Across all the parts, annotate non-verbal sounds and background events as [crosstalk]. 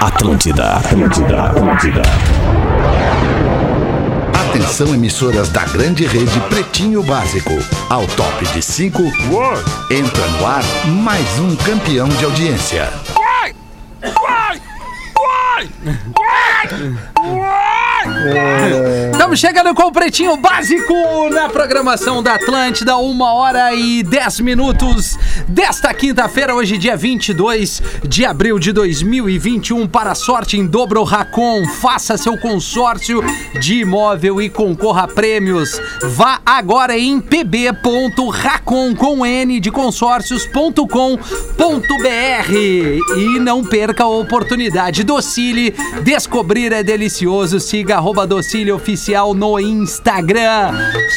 Atlântida, Atlântida, Atlântida. Atenção emissoras da grande rede Pretinho Básico. Ao top de 5, entra no ar mais um campeão de audiência. Estamos chegando com o Pretinho Básico na programação da Atlântida, uma hora e 10 minutos desta quinta-feira, hoje dia 22 de abril de 2021, para a sorte em dobro Racon, faça seu consórcio de imóvel e concorra a prêmios. Vá agora em pb.racon com n de consórcios.com.br e não perca a oportunidade. Docile, descobrir é delicioso. Siga arroba Docile Oficial no Instagram.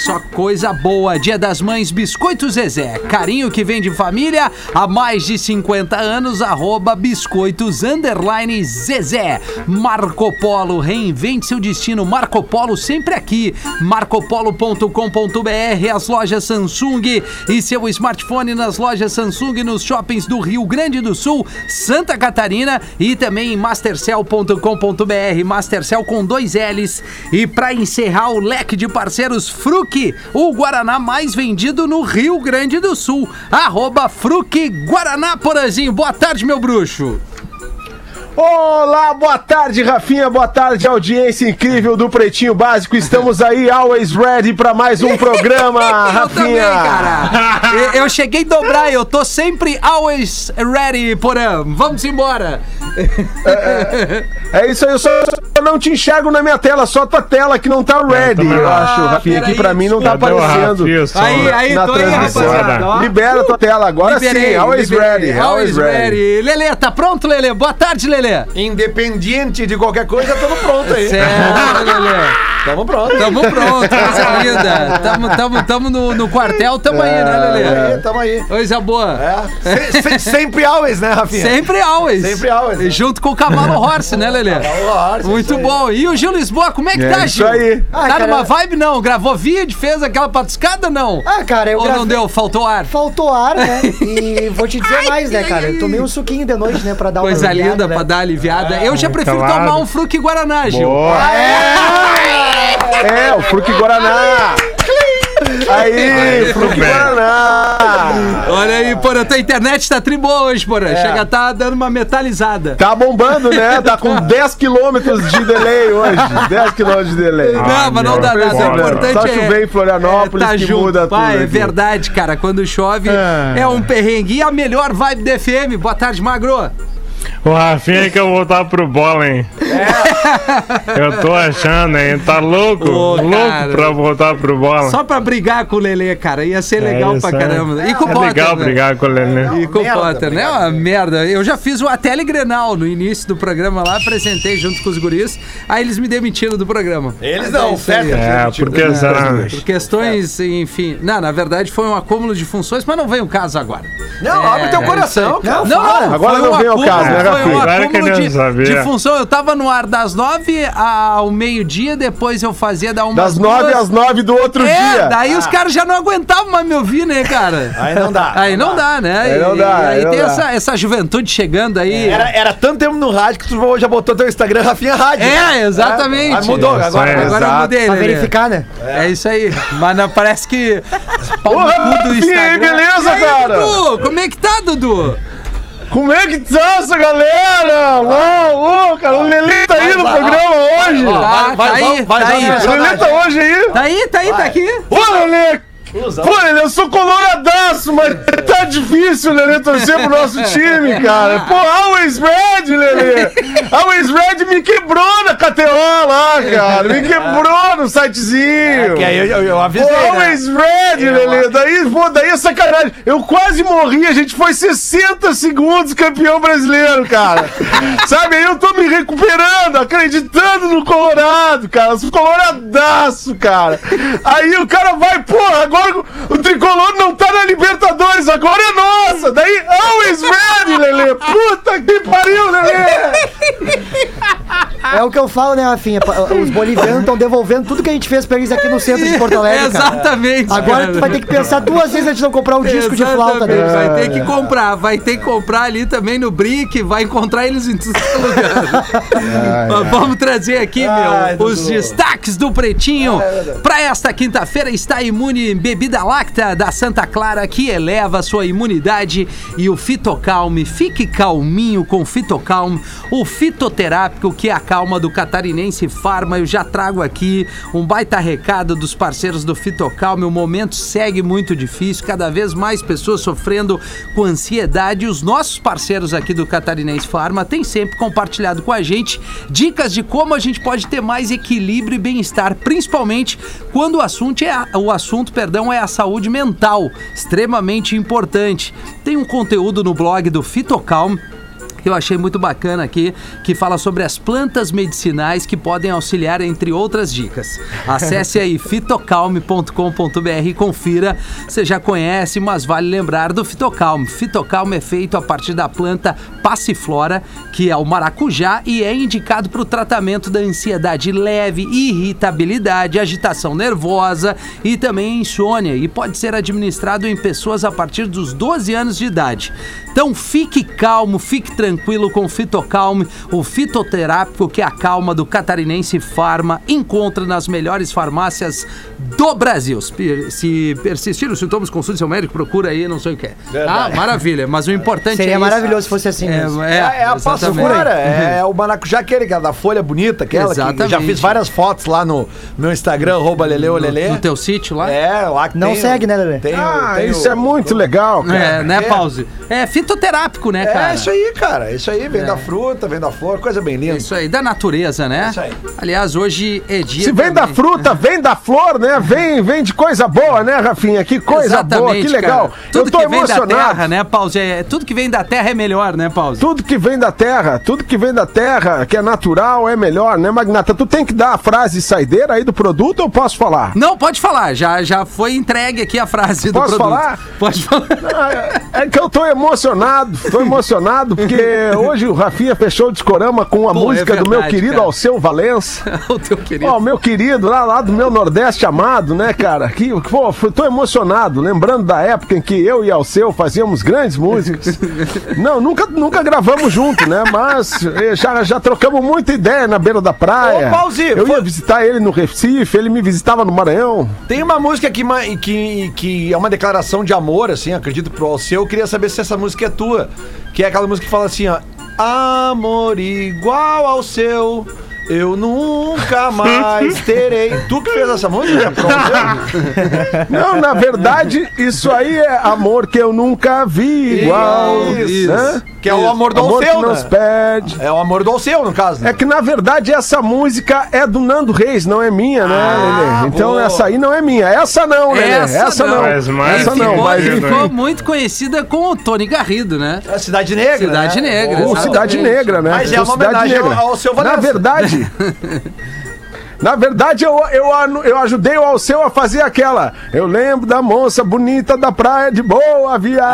Só coisa boa. Dia das Mães, Biscoito Zezé. Carinho que vem de família há mais de 50 anos. Arroba Biscoitos Underline Zezé. Marco Polo, reinvente seu destino. Marco Polo sempre aqui. Marcopolo.com.br, as lojas Samsung e seu smartphone nas lojas Samsung, nos shoppings do Rio Grande do Sul, Santa Catarina e também em mastercell.com.br. Mastercell com dois L's. E para encerrar o leque de parceiros, Fruc, o Guaraná mais vendido no Rio Grande do Sul. Arroba Fruc Guaraná Porazinho. Boa tarde, meu bruxo. Olá, boa tarde, Rafinha. Boa tarde, audiência incrível do Pretinho Básico. Estamos aí, always ready, para mais um programa, [laughs] Eu também, Rafinha. cara. Eu- Eu cheguei a dobrar, eu tô sempre always ready, Porã. Vamos embora. É isso aí, eu só eu não te enxergo na minha tela, só tua tela que não tá ready, É, também eu não. acho, Ah, Rafinha. Aqui peraí, pra mim não tá Cadê o aparecendo. Rafinha, só Aí, na- aí, na tô aí, transmissão. rapaziada. ó. Libera tua tela agora Liberei, sim, always liberei. ready, always ready. Lelê, tá pronto, Lelê? Boa tarde, Lelê. Independiente de qualquer coisa, estamos pronto aí. Certo, Lelê. Estamos pronto. Tamo pronto, coisa linda. Tamo, tamo, tamo no, no quartel, É, tamo aí, né, Aí, Lelê? Tamo aí. Coisa boa. É. Se- se- sempre always, né, Rafinha? é. Sempre always. Sempre always, né? Junto com o cavalo horse, né, Lelê? Horse, Muito isso aí. bom. E o Gil Lisboa, como é que É tá, isso Gil? aí. Tá Ah, cara, numa eu- vibe, não? Gravou vídeo, fez aquela patuscada, não? Ah, cara, eu Ou não gravei- deu? Faltou ar? Faltou [laughs] ar, né? E vou te dizer mais, né, cara? Eu tomei um suquinho de noite, né, pra dar uma Coisa aliviada, linda né? pra dar aliviada. eu já prefiro claro. tomar um fruque Guaraná, Gil. Boa. É, o Fruque Guaraná. Aí, Fruque velho. Guaraná. Olha aí, porra, tua internet tá triboa hoje, porra. Chega, tá dando uma metalizada. Tá bombando, né? Tá com 10 quilômetros de delay hoje. 10 quilômetros de delay. Não, Ah, mas não meu, dá nada. O foda. importante Só é. chover em Florianópolis que muda pá, tudo É aqui. verdade, cara. Quando chove é um perrengue. E a melhor vibe da FM. Boa tarde, Magro. O Rafinha que eu vou voltar pro bola, hein? Eu tô achando, hein? Tá louco? É. Ô, louco cara. pra voltar pro bola. Só pra brigar com o Lelê, cara. Ia ser É, legal isso pra é- caramba. E com o É Potter, legal né? brigar com o Lelê. E com o merda, Potter, né? Uma merda. Eu já fiz uma tele Grenal no início do programa lá, apresentei junto com os guris. Aí eles me demitiram do programa. Eles Mas não, é isso aí. Fetter. É, porque será? né? Por questões, é. enfim. Não, na verdade foi um acúmulo de funções, mas não vem o caso agora. É, Não, abre teu coração, cara. Não, não, Agora não vem ao caso, né, Foi um Rafinha? Agora que acúmulo eu de, sabia. de função. Eu tava no ar das nove ao meio-dia, depois eu fazia da uma. Das 9 às 9 do outro É, dia. daí Ah. os caras já não aguentavam mais me ouvir, [laughs] né, cara? Aí não dá. Aí não dá, né? Aí não E- dá, e Aí aí não tem dá. essa, essa juventude chegando É. aí. Era, era tanto tempo no rádio que tu já botou teu Instagram Rafinha Rádio. né? É, exatamente. Aí mudou Isso agora. aí. Agora eu Exato. mudei, Pra Lelê. verificar, né? É isso aí. Mas não, parece que. Pau Ô, no cu do Rafinha, Instagram. beleza, E aí, cara? Dudu, como é que tá, Dudu? Como é que tá essa galera? Uou, uou, cara, o Lelê tá aí no programa hoje. Tá, tá vai, aí, vai, tá vai, aí. vai. O Lelê tá hoje aí. Tá aí, tá aí, tá aqui. Ô, Lelê. Pô, Lelê, eu sou coloradaço, É. mas tá difícil, Lelê, torcer [laughs] pro nosso time, cara. Pô, Always Red, Lelê. Always Red me quebrou na KTO lá, cara. Me quebrou no É, sitezinho. Que aí eu, eu, eu avisei. Pô, né? Always Red, Lelê. Daí, pô, daí é sacanagem. Eu quase morri, a gente foi 60 segundos campeão [laughs] brasileiro, cara. Sabe, aí eu tô me recuperando, acreditando no Colorado, cara. Sou coloradaço, cara. Aí o cara vai, pô, agora o tricolor não tá na Libertadores, agora é nossa. Daí, oh, Always Red, Lelê. Puta que pariu, Lelê. É o que eu falo, né, Rafinha? Pa- Os bolivianos estão devolvendo tudo que a gente fez pra eles aqui no centro [laughs] de Porto Alegre. Cara. Exatamente. Agora cara. tu vai ter que pensar duas vezes antes de não comprar o disco de flauta É. Exatamente, deles. Vai ter que comprar, vai ter que comprar ali também no Brick, vai encontrar eles em todo lugar. Mas Vamos trazer aqui, Ai, meu, os Dudu. destaques do Pretinho. Para esta quinta-feira está imune bebida lacta da Santa Clara que eleva sua imunidade e o Fitocalme. Fique calminho com o Fitocalme, o fitoterápico que acalma do catarinense Farma. Eu já trago aqui um baita recado dos parceiros do Fitocalme. O momento segue muito difícil, cada vez mais pessoas sofrendo com ansiedade. Os nossos parceiros aqui do Catarinense Farma têm sempre compartilhado com a gente dicas de como a gente pode ter mais equilíbrio e bem-estar, principalmente quando o assunto é a, o assunto, perdão, é a saúde mental, extremamente importante. Tem um conteúdo no blog do Fitocalm que eu achei muito bacana aqui, que fala sobre as plantas medicinais que podem auxiliar, entre outras dicas. Acesse aí [laughs] fitocalme.com.br e confira. Você já conhece, mas vale lembrar do Fitocalme. Fitocalme é feito a partir da planta passiflora, que é o maracujá, e é indicado para o tratamento da ansiedade leve, irritabilidade, agitação nervosa e também insônia. E pode ser administrado em pessoas a partir dos 12 anos de idade. Então fique calmo, fique tranquilo com o Fitocalme, o fitoterápico que acalma do Catarinense Farma. Encontra nas melhores farmácias do Brasil. Se per- Se persistir os sintomas, consulte seu médico, procura aí, não sei o que é. Ah, maravilha, mas o importante é Seria isso. maravilhoso se fosse assim É, mesmo. É, é a exatamente. Uhum. passiflora, é o maracujá aquele, aquela da folha bonita, aquela que eu já Exatamente. fiz várias fotos lá no meu Instagram, arroba leleolele. No teu sítio lá? É, lá que Não tem o- segue, né, Lelê? Tem, o- Ah, tem isso o- é muito legal, cara. É, né, é. Pause? É fitoterápico, né, É, cara? É. isso aí, cara. Isso aí, vem da fruta, vem da flor, coisa bem linda. Isso aí, da natureza, né? Isso aí. Aliás, hoje é dia. Se vem da também. fruta, vem da flor, né? Vem, vem de coisa boa, né, Rafinha? Que coisa boa, que Exatamente, legal. cara. Tudo Eu tô que vem da emocionado. terra, né, Pause? É, tudo que vem da terra é melhor, né, Pause? Tudo que vem da terra, tudo que vem da terra, que é natural, é melhor, né, Magnata? Tu tem que dar a frase saideira aí do produto ou eu posso falar? Não, pode falar. Já, já foi entregue aqui a frase Posso do produto. falar? Pode falar. [laughs] Ah, É que eu tô emocionado, tô emocionado, porque hoje o Rafinha fechou o discorama com a Pô, é música do meu verdade, querido cara. Alceu Valença. o teu querido. Ó, meu querido, lá, lá do meu Nordeste amado, né, cara? Que, pô, fui- tô emocionado, lembrando da época em que eu e Alceu fazíamos [laughs] grandes músicas. Não, nunca, nunca gravamos junto, né? Mas eh, já, já trocamos muita ideia na beira da praia. Ô, Paulzinho, eu ia foi- visitar ele no Recife, ele me visitava no Maranhão. Tem uma música que, ma- que, que é uma declaração de amor, assim, acredito pro Alceu. Eu queria saber se essa música é tua. Que é aquela música que fala assim, ó. Amor igual ao seu, eu nunca mais terei. Tu que fez essa música? É pro Alceu? Não, na verdade, isso aí é amor que eu nunca vi igual. Isso. né? Que é o amor do Amor que Alceu, não se né? perde. É o amor do Alceu, no caso, né? É que na verdade essa música é do Nando Reis, não é minha, né, Ah, Lelê? Então boa. essa aí não é minha. Essa não, Lelê. Essa, não. Mas mais Essa E não, né? ficou, mas que enfim. ficou muito conhecida com o Tony Garrido, né? É Cidade Negra. Cidade né? Negra, Ou Ou exato. Cidade Negra, né? Mas é Ou uma Cidade homenagem ao- ao Alceu Na Valença. verdade. [laughs] Na verdade, eu, eu, anu- eu ajudei o Alceu a fazer aquela. Eu lembro da moça bonita da praia de boa viagem.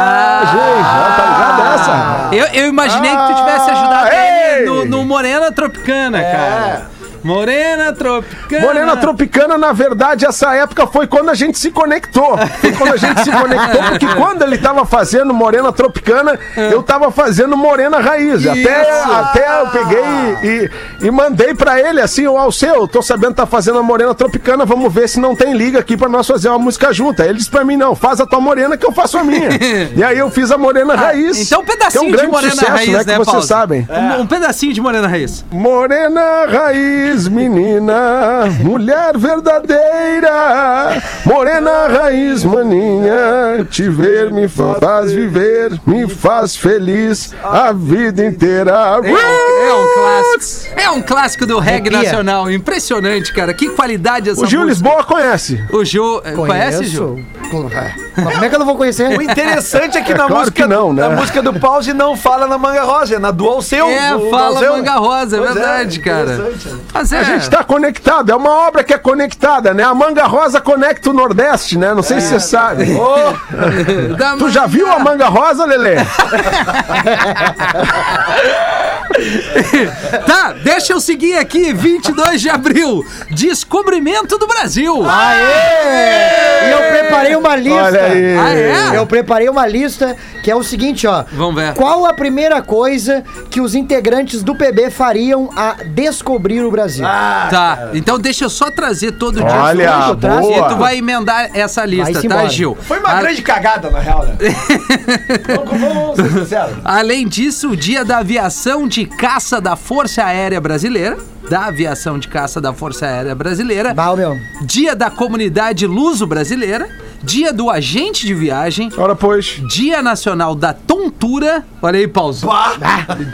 Ah, tá ligado essa? Eu, eu imaginei que tu tivesse ajudado Ah, ele ei! É. no, no Morena Tropicana, cara. Morena Tropicana. Morena Tropicana, na verdade, essa época foi quando a gente se conectou. Foi quando a gente se conectou, porque [laughs] quando ele tava fazendo Morena Tropicana, eu tava fazendo Morena Raiz. Até, Isso. até eu peguei e, e, e mandei pra ele assim, o Alceu, tô sabendo que tá fazendo a Morena Tropicana, vamos ver se não tem liga aqui pra nós fazer uma música junta. Aí Ele disse pra mim, não, faz a tua Morena que eu faço a [laughs] minha. e aí eu fiz a Morena Raiz. Então um pedacinho que é de um grande Morena sucesso, Raiz, né, né, que vocês Pause? sabem. É. Um, um pedacinho de Morena Raiz. Morena raiz, menina, mulher verdadeira. Morena raiz, maninha, te ver me faz viver, me faz feliz a vida inteira. É um, é um clássico. É um clássico do reggae Arrepia. nacional. Impressionante, cara. Que qualidade essa O Gil música. Lisboa conhece. O Gil. Conhece, Conheço. Gil? Mas Como é que eu não vou conhecer? [laughs] O interessante é que na, claro música, que não, né? na música do Pause não fala na manga rosa, é na do Alceu. É, do- do fala Alceu. manga rosa, é Pois é, verdade, cara. interessante, né? Mas é, A gente tá conectado, é uma obra que é conectada, né? A Manga Rosa conecta o Nordeste, né? Não sei É. se você sabe. da [laughs] Tu já manga- viu a Manga Rosa, Lelê? tá, deixa eu seguir aqui, 22 de abril, descobrimento do Brasil. E eu preparei uma lista. Olha aí. Ah, é? Eu preparei uma lista que é o seguinte, ó. Vamos ver. Qual a primeira coisa que os integrantes do PB fariam a descobrir o Brasil? Tá, então deixa eu só trazer todo dia. Olha, tu traz boa. E tu vai emendar essa lista, Vai-se tá, embora. Gil? Foi uma A- grande cagada, na real, né? vamos, vamos ser sinceros. Além disso, o dia da aviação de caça da Força Aérea Brasileira. Da aviação de caça da Força Aérea Brasileira. Bah, meu. Dia da comunidade luso-brasileira. Dia do agente de viagem. Ora, pois. Dia Nacional da Tontura. Olha aí, pausa.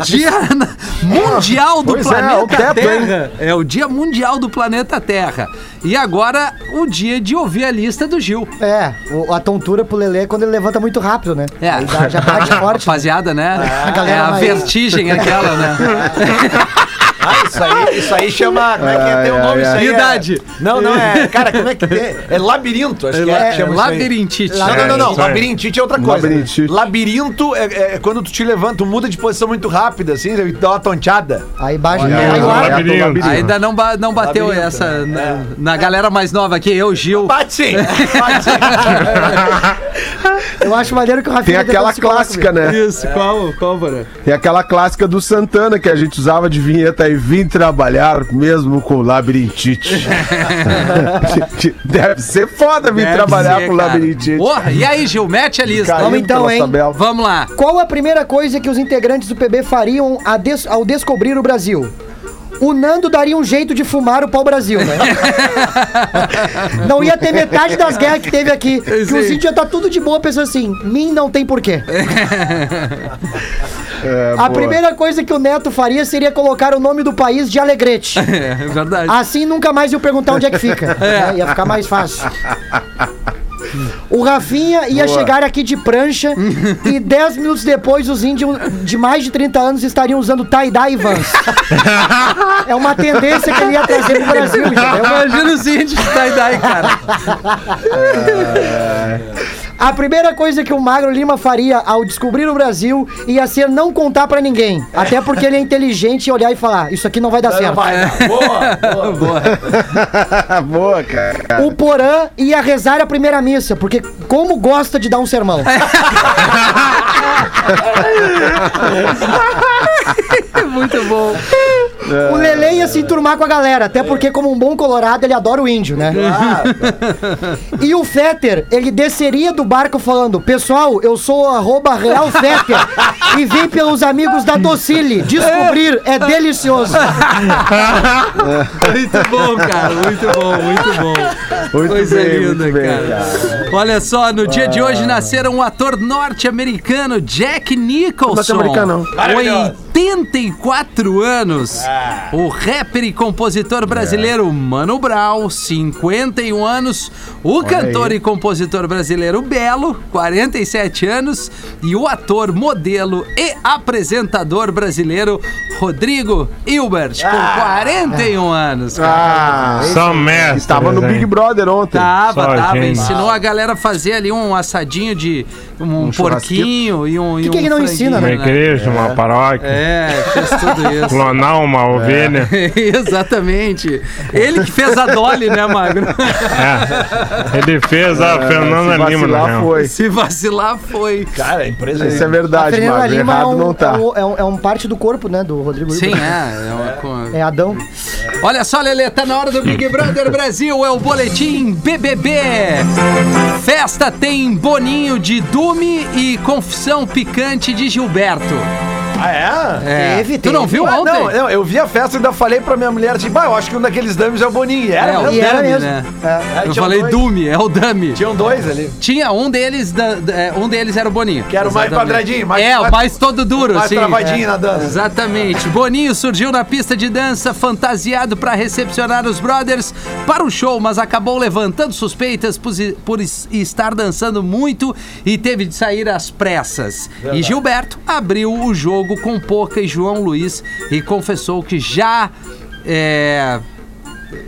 Dia na- Mundial do Pois é, o Planeta teto, Terra. É o Dia Mundial do Planeta Terra. E agora, o dia de ouvir a lista do Gil. É, o- a tontura pro Lelê é quando ele levanta muito rápido, né? É. Ele dá- já bate forte. Rapaziada, né? a é galera a vai- vertigem aquela, né? Ah, isso aí, isso aí chama. Como é que é? Tem um nome isso aí? é- Idade. Não, não, é. Cara, como é que tem? É labirinto, acho que é. né? que chama isso aí. Labirintite. Não, não, não, É, não. isso aí. Labirintite é outra coisa. né? Labirintite. Labirinto é, é quando tu te levanta, tu muda de posição muito rápida, assim, e dá uma tonteada. Aí baixa. Olha, aí o olha. ar- labirinto. É. Ainda não, ba- não bateu Labirinto, essa. né? Na, na galera mais nova aqui, eu, Gil. Bate sim! Bate sim! eu acho maneiro que o Tem Rafinha tá aquela tentando se colocar clássica, comigo. né? Isso, qual, qual, Bora? Tem aquela clássica do Santana que a gente usava de vinheta e vim trabalhar mesmo com labirintite. [laughs] Deve ser foda vir Deve trabalhar ser, com É, cara. labirintite. Porra, e aí, Gil, mete a lista. Caindo vamos então, pelas hein? tabelas. Vamos lá. Qual a primeira coisa que os integrantes do PB fariam a des- ao descobrir o Brasil? O Nando daria um jeito de fumar o pau-brasil, né? [laughs] não ia ter metade das guerras que teve aqui. Que os Sim. índios já tá tudo de boa pensando assim, mim não tem porquê. É, A boa. primeira coisa que o Neto faria seria colocar o nome do país de Alegrete. É verdade. Assim nunca mais iam perguntar onde é que [laughs] fica. né? Ia ficar mais fácil. O Rafinha ia chegar aqui de prancha e 10 minutos depois os índios de mais de 30 anos estariam usando tie-dye e vans. [laughs] É uma tendência que ele ia [laughs] trazer pro [laughs] Brasil, entendeu? Imagina tá os índios de tie-dye, cara. A primeira coisa que o Magro Lima faria ao descobrir o Brasil ia ser não contar pra ninguém. Até porque ele é inteligente e olhar e falar, isso aqui não vai dar certo. Vai, não. [laughs] [laughs] Boa! Boa! Boa. Ah, boa, cara. O Porã ia rezar a primeira missa, porque como gosta de dar um sermão. Muito bom. O Lele ia se enturmar com a galera, até porque, como um bom colorado, ele adora o índio, né? E o Fetter, ele desceria do barco falando: Pessoal, eu sou o arroba Real Fetter e vim pelos amigos da Docile. Descobrir é delicioso. Muito bom, cara. Muito bom, muito bom. Muito Coisa bem, linda, muito bem, Ah. cara. Olha só, no dia de hoje nasceram um ator norte-americano, Jack Nicholson. Norte-americano. 84 anos. O rapper e compositor É. brasileiro Mano Brown, 51 anos. O cantor e compositor brasileiro Belo, 47 anos. E o ator, modelo e apresentador brasileiro Rodrigo Hilbert, com 41 anos. cara. Ah, Só mestre. estava no Big Brother ontem. Tá, Tava, Só, tava. gente. Ensinou a galera a fazer ali um assadinho de um, porquinho e um. O que que ele não ensina, né? Uma igreja, uma paróquia. É, fez tudo [laughs] isso. Clonar uma ovelha. [laughs] Exatamente. Ele que fez a Dolly, né, Magro? É. Ele fez a Se Fernanda Lima, na vacilar, real. [laughs] foi. Se vacilar, foi. Cara, a empresa assim. Isso é A verdade, Fernanda Magro. Lima é Errado um, não tá. é um- é um- é um parte do corpo, né? Do Rodrigo Sim, Hilbert. é. é uma co- É Adão. Olha só, Lelê, tá na hora do Big Brother Brasil, é o Boletim BBB. Festa tem Boninho de Dume e Confissão Picante de Gilberto. Ah, é? É. Teve, tu não teve. viu Ah, ontem? não, não, eu vi a festa e ainda falei pra minha mulher, tipo, bah, eu acho que um daqueles dames é o Boninho. E Era, É, o mesmo. E era Dami, mesmo. né? É, Eu tinham falei dois- Dume, é o Dami. Tinham dois ali. Tinha um deles, da- da- é, um deles era o Boninho. Que era o mais Exatamente. quadradinho, mais- é, o mais todo duro, mais assim. travadinho na dança. Exatamente. Boninho surgiu na pista de dança fantasiado para recepcionar os brothers para o show, mas acabou levantando suspeitas por, se- por es- estar dançando muito e teve de sair às pressas. E Gilberto abriu o jogo com Poca e João Luiz e confessou que já é,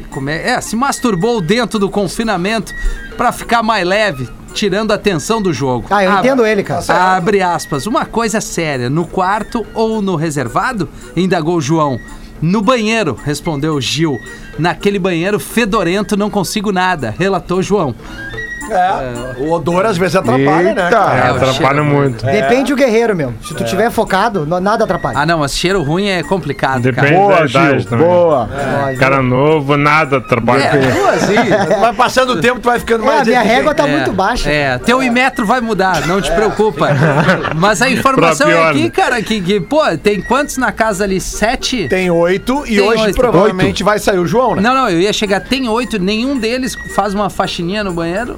como é, é, se masturbou dentro do confinamento para ficar mais leve. tirando a atenção do jogo. Ah, eu entendo ele, cara. Abre aspas. Uma coisa é séria, no quarto ou no reservado? Indagou João. No banheiro, respondeu Gil. Naquele banheiro fedorento não consigo nada, relatou João. É. O odor às vezes atrapalha, né? Eita. É, cara? atrapalha é. muito. É. Depende do guerreiro, meu. Se tu tiver focado, no- nada atrapalha. Ah, não, mas cheiro ruim é complicado, Depende cara. da Boa, idade Gil. também. Boa. Ah, Lógico. Cara novo, nada atrapalha com É, Sim, vai passando o tempo, tu vai ficando É, mais. a minha exigente. régua tá É, muito baixa. É, teu imetro vai mudar, não te [laughs] preocupa. Mas a informação É. Pra é pior, aqui, né? cara, que, que, pô, tem quantos na casa ali? Sete? Tem oito e Tem hoje oito. provavelmente vai sair o João, né? Não, não, eu ia chegar, tem oito, nenhum deles faz uma faxininha no banheiro?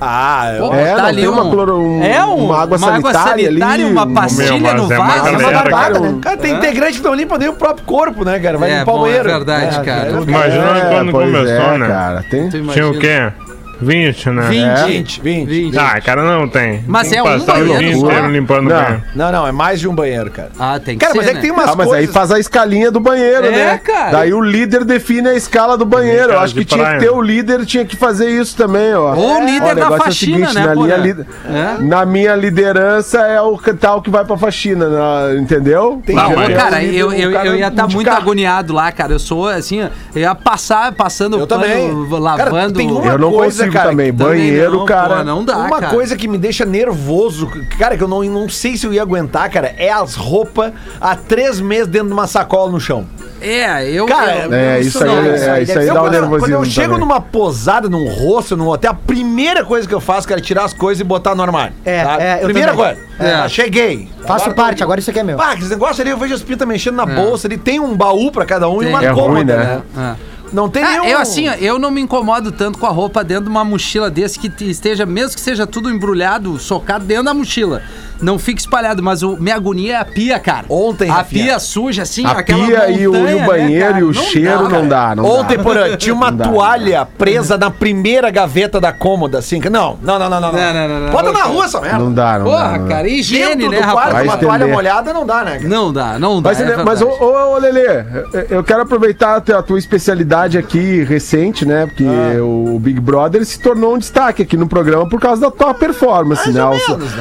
Ah, eu- Pô, É, tá não ali tem uma um- cloro- um- é um- uma água sanitária ali, uma um- Meu, pastilha mas no é uma vaso. galera, uma barbada, cara. né? Cara, tem integrante que não limpa nem o próprio corpo, né, cara? Vai É, limpar o bom, é banheiro. verdade, cara. vai ficar- Imagina quando pois começou, é, né? Cara, tem... Tu Tinha o imagina. quê? 20, né? 20. 20, 20. Vinte. Ah, cara, não tem. Mas tem é que um passar o dia banheiro só? inteiro limpando o Não. banheiro. Não, não, é mais de um banheiro, cara. Ah, tem que Cara, ser, mas é que né? tem umas Ah, mas aí coisas... faz a escalinha do banheiro, É, né? cara. Daí o líder define a escala do banheiro. Eu Cara acho que de tinha praia. né? que ter o líder, tinha que fazer isso também, ó. Ou o líder da Ó, negócio é faxina, né, na, pô, minha né? lider- É. na minha liderança é o que- tal que vai pra faxina, né? entendeu? Tem Não, Não, Tá, mas- cara, o líder, eu, o eu, cara eu ia estar de muito carro. agoniado lá, cara. Eu sou assim, eu ia passar passando Eu pano, também. lavando. Cara, tem uma Eu não coisa, cara, consigo também. que Também Banheiro, não, cara. pô, não dá, Uma cara. coisa que me deixa nervoso, cara, que eu não, não sei se eu ia aguentar, cara, é as roupas há três meses dentro de uma sacola no chão. É, eu. Cara, eu- É, isso aí, não, é, isso isso aí Eu, dá um quando, eu- quando nervosismo. eu chego também. numa posada, num rosto, num hotel, a primeira coisa que eu faço, cara, é tirar as coisas e botar no armário. É, sabe? é, eu primeira também. coisa. É. Ah, Cheguei. Faço Agora- parte, agora isso aqui é meu. Pá, esse negócio ali, eu vejo as pintas mexendo na bolsa, ele tem um baú pra cada um É. e Tem. uma É ruim, cômoda, né? né? Ah. Não tem Ah, nenhum... eu assim, ó, eu não me incomodo tanto com a roupa dentro de uma mochila desse que te- esteja, mesmo que seja tudo embrulhado, socado dentro da mochila. Não fica espalhado, mas o, minha agonia é a pia, cara. Ontem, A Rafinha. pia suja, assim, A aquela pia e o, e o montanha, né, banheiro cara? e o cheiro cara. não dá, não Ontem, dá. [laughs] porã, tinha uma Não dá, toalha presa na primeira gaveta da cômoda, assim. que- Não, não, não, não, não. Não, não, não, não. Bota na rua essa merda. Não dá, não dá. Porra, não dá. cara, higiene, Dentro né, do quarto, Vai uma rapaz? estender. toalha molhada não dá, né? cara? Não dá, não dá. Mas, é Lelê, mas ô, verdade. ô, ô, Lelê, eu- eu quero aproveitar a tua, a tua especialidade aqui recente, né? Porque Ah. o Big Brother se tornou um destaque aqui no programa por causa da tua performance, né, ao,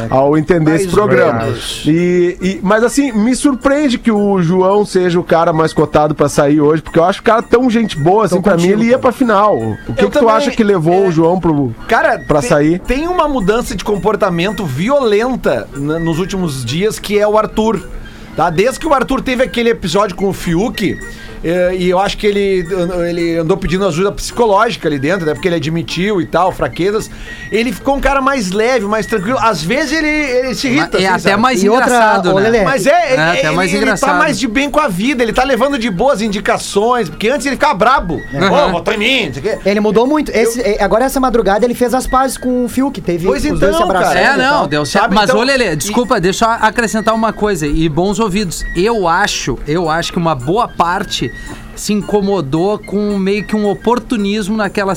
ao entender esse programa. E, e- mas assim, me surpreende que o João seja o cara mais cotado pra sair hoje, porque eu acho o cara tão gente boa, assim, pra mim ele ia pra final. O que, Eu que tu também, acha que levou é, o João pro. Cara, Pra tem, sair. tem uma mudança de comportamento violenta na- nos últimos dias que é o Arthur. Tá? Desde que o Arthur teve aquele episódio com o Fiuk, eh, e eu acho que ele, ele andou pedindo ajuda psicológica ali dentro, né? Porque ele admitiu e tal, fraquezas. Ele ficou um cara mais leve, mais tranquilo. Às vezes ele, ele se irrita. É assim, até sabe? mais E outra, engraçado, ô, né? Lelê, Mas é, ele, É, até ele- mais ele tá engraçado. mais de bem com a vida, ele tá levando de boas indicações, porque antes ele ficava brabo. Ó, votou em mim, não sei o quê. Ele mudou muito. Esse, eh, Agora, essa madrugada, ele fez as pazes com o Fiuk. Teve Pois os então, dois se abraçando. cara. É, e tal. não, deu certo. Sabe, Mas, então- ô Lelê, desculpa, deixa eu acrescentar uma coisa. E bons ouvidos. Eu acho, eu acho que uma boa parte se incomodou com meio que um oportunismo naquela,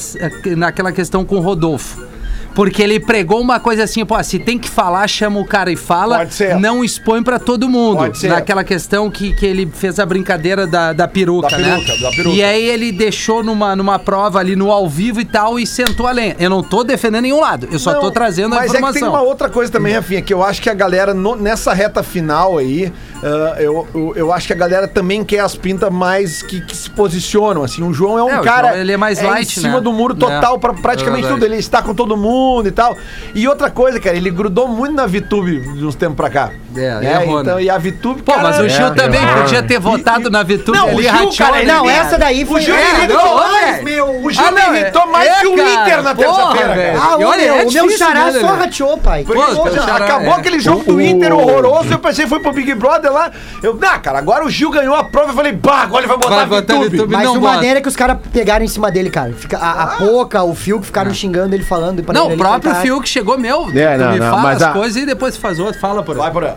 naquela questão com o Rodolfo. Porque ele pregou uma coisa assim, pô, se tem que falar, chama o cara e fala, Pode ser. não expõe pra todo mundo. Pode ser. Naquela questão que, que ele fez a brincadeira da, da peruca, Da né? peruca, da peruca. E aí ele deixou numa, numa prova ali no ao vivo e tal e sentou a lenha. Eu não tô defendendo nenhum lado, eu só Não, tô trazendo a mas informação. é que tem uma outra coisa também, Rafinha, que eu acho que a galera, no- nessa reta final aí, ah, eu, eu, eu acho que a galera também quer as pintas mais que, que se posicionam, assim. O João é um É, o cara... João, ele é mais light, em cima né? do muro total É, pra é praticamente verdade. tudo. Ele está com todo mundo e tal. E outra coisa, cara, ele grudou muito na VTube de uns tempos pra cá. É, Né? errou, né? então, E a VTube, Pô, mas o Gil é, também é. podia ter votado na Vitube Não, o Gil, cara, ele- Não, essa daí O foi... Gil É, me irritou não, mais, é. meu. O Gil me irritou mais que o Inter na terça-feira, cara. Ah, o é meu, o meu xará né, só rateou, pai. Porque, Pô, pô, teu xará, acabou é. aquele jogo do O- Inter horroroso, eu pensei, foi pro Big Brother lá. Eu, ah, cara, agora o Gil ganhou a prova, eu falei, bah, agora ele vai botar Vai no botar YouTube. VTube. Mas não o bota. maneira que os caras pegaram em cima dele, cara. Fica, a, a Poca, o Fiuk ficaram xingando ele falando. pra Não, ele, o ele próprio tá- Fiuk chegou, meu, É, tu não, me não, fala mas as a- coisas e depois tu faz outro, fala por aí. Vai, porra.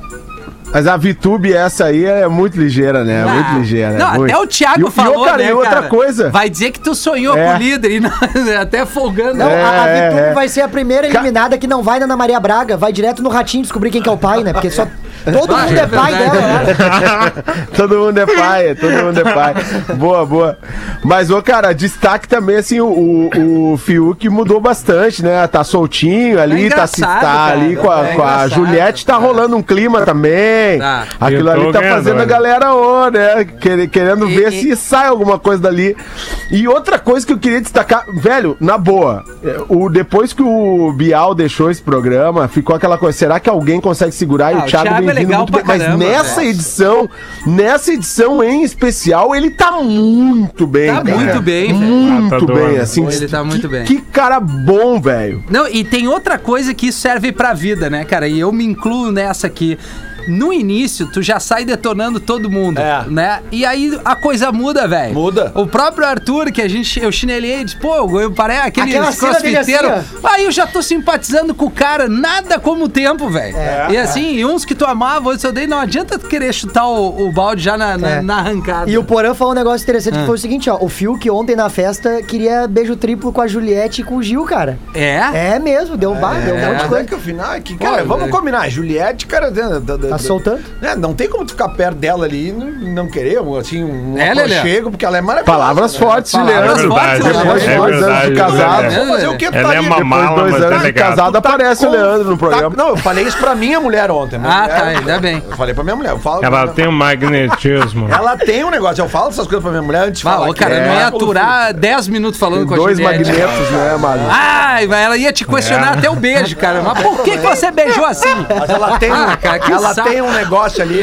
Mas a VTube, essa aí, é muito ligeira, né? É Ah, muito ligeira. Não, é muito. até o Thiago E o- falou, e, o cara, né, e outra cara? coisa. Vai dizer que tu sonhou É. com o líder e não- [laughs] até folgando. tá Não, Então, a, a É, Viih Tube é. vai ser a primeira eliminada que não vai na Ana Maria Braga, vai direto no Ratinho descobrir quem que é o pai, né? Porque só. Todo Ah, mundo é é pai verdade, dela, é né? [laughs] Todo mundo é pai, todo mundo é pai. Boa, boa. Mas, ô, cara, destaque também, assim, o, o, o Fiuk mudou bastante, né? Tá soltinho ali, tá, se, É engraçado, tá cara. ali com a, É com a engraçado, Juliette, tá rolando um clima também. Tá. Aquilo Eu tô ali tá ganhando, fazendo a né? galera, ô, né? Quere- Querendo E- ver e- se sai alguma coisa dali. E outra coisa que eu queria destacar, velho, na boa, é, o, depois que o Bial deixou esse programa, ficou aquela coisa, será que alguém consegue segurar? E Ah, o Thiago, é legal pra caramba, Mas nessa né? edição, nessa edição em especial, ele tá muito bem. Tá muito bem, velho. Muito Ah, tá bem, doando. assim. Ele tá muito que, bem. Que cara bom, velho. Não, e tem outra coisa que isso serve pra vida, né, cara? E eu me incluo nessa aqui. No início, tu já sai detonando todo mundo, É. né? E aí a coisa muda, velho. Muda. O próprio Arthur, que a gente, eu chinelei, disse, pô, eu parei aquele Aquela cena dele crossfiteiro. assim, aí eu já tô simpatizando com o cara, nada como o tempo, velho. É, e assim, e uns que tu amava, outros eu dei, não adianta tu querer chutar o, o balde já na, na- É. na arrancada. E o Porã falou um negócio interessante Ah. que foi o seguinte, ó. O Fiuk ontem na festa queria beijo triplo com a Juliette e com o Gil, cara. É? É mesmo, deu um bar, deu um monte de Mas é coisa. que o final é que, cara, Pô, é. vamos combinar. Juliette, cara, da- da- da- Tá soltando? né, não tem como tu ficar perto dela ali e não, não querer, um, assim, um É, Lelê? aconchego, porque ela é maravilhosa. Palavras né? fortes, de Palavras Leandro. fortes, né? Depois de É dois anos verdade, de Casado. casado. Lelê. Vou fazer o que tu Ela tá é ali, uma depois Depois de mala, dois mas anos tá de ligado. casado, aparece o com- Leandro no tá- programa. não, eu falei isso pra minha mulher ontem. Minha Ah, mulher- tá, ainda bem. Eu falei pra minha mulher. Eu falo Ela pra- tem um magnetismo. Ela tem um negócio. Eu falo essas coisas pra minha mulher antes de Bah, falar. ô, que cara, é. eu não ia Pelo aturar 10 minutos falando com a Dois Juliette. Ah, magnetos, né, mano? Ai, vai, ela ia te questionar É. até o beijo, cara. Mas por que, que você beijou assim? Mas ela tem, um- Ah, cara, que ela saco. tem um negócio ali.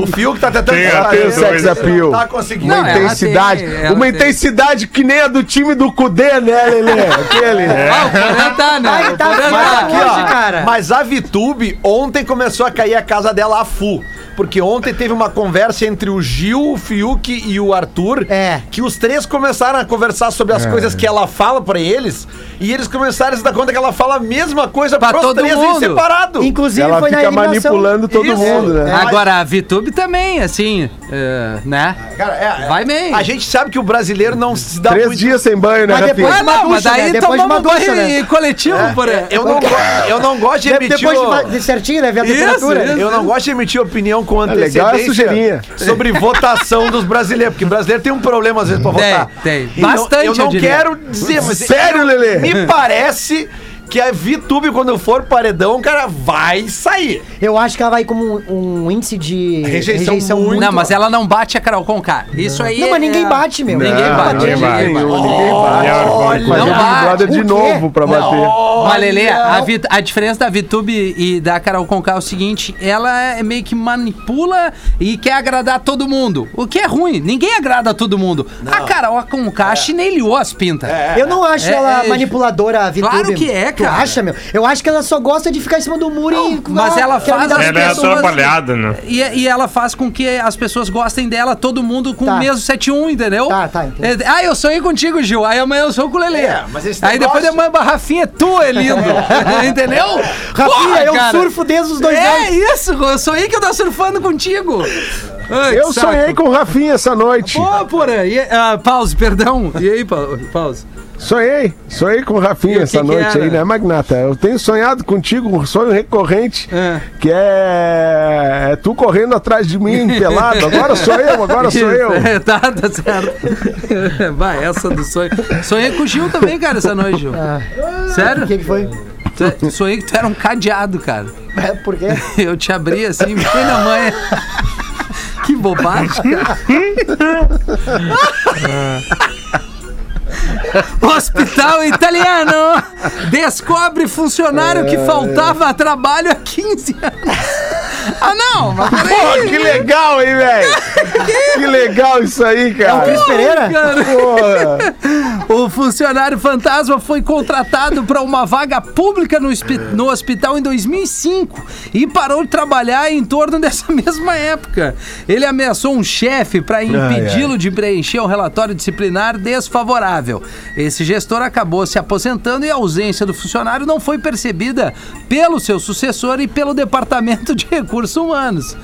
O fio que tá tentando Tem, falar tem isso, dois. não Appeal. Tá conseguindo. Não, Uma ela intensidade. tem, ela uma tem. intensidade que nem a do time do Cudê, [laughs] né, Lelê? Aquele. É. Ah, o Porã tá, né? Ai, o tá Porã mal tá. Aqui, Hoje, ó, cara. Mas a Vitube ontem começou a cair a casa dela a full. Porque ontem teve uma conversa entre o Gil, o Fiuk e o Arthur. É. Que os três começaram a conversar sobre as coisas que ela fala pra eles. E eles começaram a se dar conta que ela fala a mesma coisa Pra todo três mundo. em separado. Inclusive Ela foi na fica eliminação. manipulando todo Isso. mundo, né? Agora, a VTube também, assim, é, né? Cara, é, é, Vai bem. A gente sabe que o brasileiro não se dá Três muito dias sem banho, né, Mas Rafinha? depois- Ah, não, Uma mas ducha, daí né? Depois de tomamos uma um banho ducha, né? coletivo, Porã. Eu não, go- eu não gosto de De- emitir. Depois de, o- ma- de certinho, né? Ver a Isso, temperatura. isso. Eu não gosto de emitir opinião com É legal a antecedência sujeirinha. [laughs] sobre votação dos brasileiros, porque brasileiro tem um problema às vezes pra Tem, votar. tem. E não- Bastante, Eu eu não diria. quero dizer, mas Sério, Lelê? me parece que a VTube, quando for paredão, cara, vai sair. Eu acho que ela vai como um, um índice de Rejeição rejeição, muito- muito. Não, mas ela não bate a Carol Conká. Isso aí. Não, mas é- ninguém bate, meu. Ninguém Não, bate. ninguém bate. Ah, Ninguém E a bate. Orfã- Fazer Não Big bate. Brother de O quê? novo pra bater. Mas, Lelê, a, Vi- a diferença da VTube e da Carol Conká é o seguinte: ela é meio que manipula e quer agradar todo mundo. O que é ruim, ninguém agrada todo mundo. A Carol É. Conká chinelhou as pintas. Eu não acho É, ela é, manipuladora, a VTube. Claro que é, Tu cara. acha, meu? Eu acho que ela só gosta de ficar em cima do muro e... Mas Ah, ela quero faz me as dar um Ela é pedaço. pessoas- atrapalhada, né? E, e ela faz com que as pessoas gostem dela, todo mundo com Tá. o mesmo 7-1, entendeu? Tá, tá, entendi. É, Ah, eu sonhei contigo, Gil. Aí amanhã eu sou com o Lelê. É, mas esse Aí depois negócio- da manhã, Rafinha é tua, é [laughs] lindo. [laughs] entendeu? Rafinha, Porra, eu cara. surfo desde os dois É anos. isso, eu sonhei que eu tava surfando contigo. Ai, Eu que saco. sonhei com o Rafinha essa noite. Pô, porra, e, ah, pause, perdão. E aí, pa- pause? Sonhei. Sonhei com o E o Rafinha que essa que é, noite era? aí, né, Magnata? Eu tenho sonhado contigo, um sonho recorrente. É. Que é... é tu correndo atrás de mim, pelado. Agora sou eu, agora sou eu. [laughs] É, tá, tá certo. [laughs] Vai, essa do sonho. Sonhei com o Gil também, cara, essa noite, Gil. Sério? O Ah. que, que foi? Tu- Sonhei que tu era um cadeado, cara. É, Por [laughs] quê? Eu te abri assim, me fui na mãe. [laughs] Que bobagem, cara. [laughs] Hospital italiano descobre funcionário que faltava a trabalho há 15 anos. Ah, não! Mas Pô, que legal, hein, velho? que legal isso aí, cara. Cris Pereira? Cara, Pô, o funcionário fantasma foi contratado para uma vaga pública no, hospi- no hospital em 2005 e parou de trabalhar em torno [laughs] dessa mesma época. Ele ameaçou um chefe para impedi-lo de preencher um relatório disciplinar desfavorável. Esse gestor acabou se aposentando e a ausência do funcionário não foi percebida pelo seu sucessor e pelo Departamento de Recursos recursos humanos.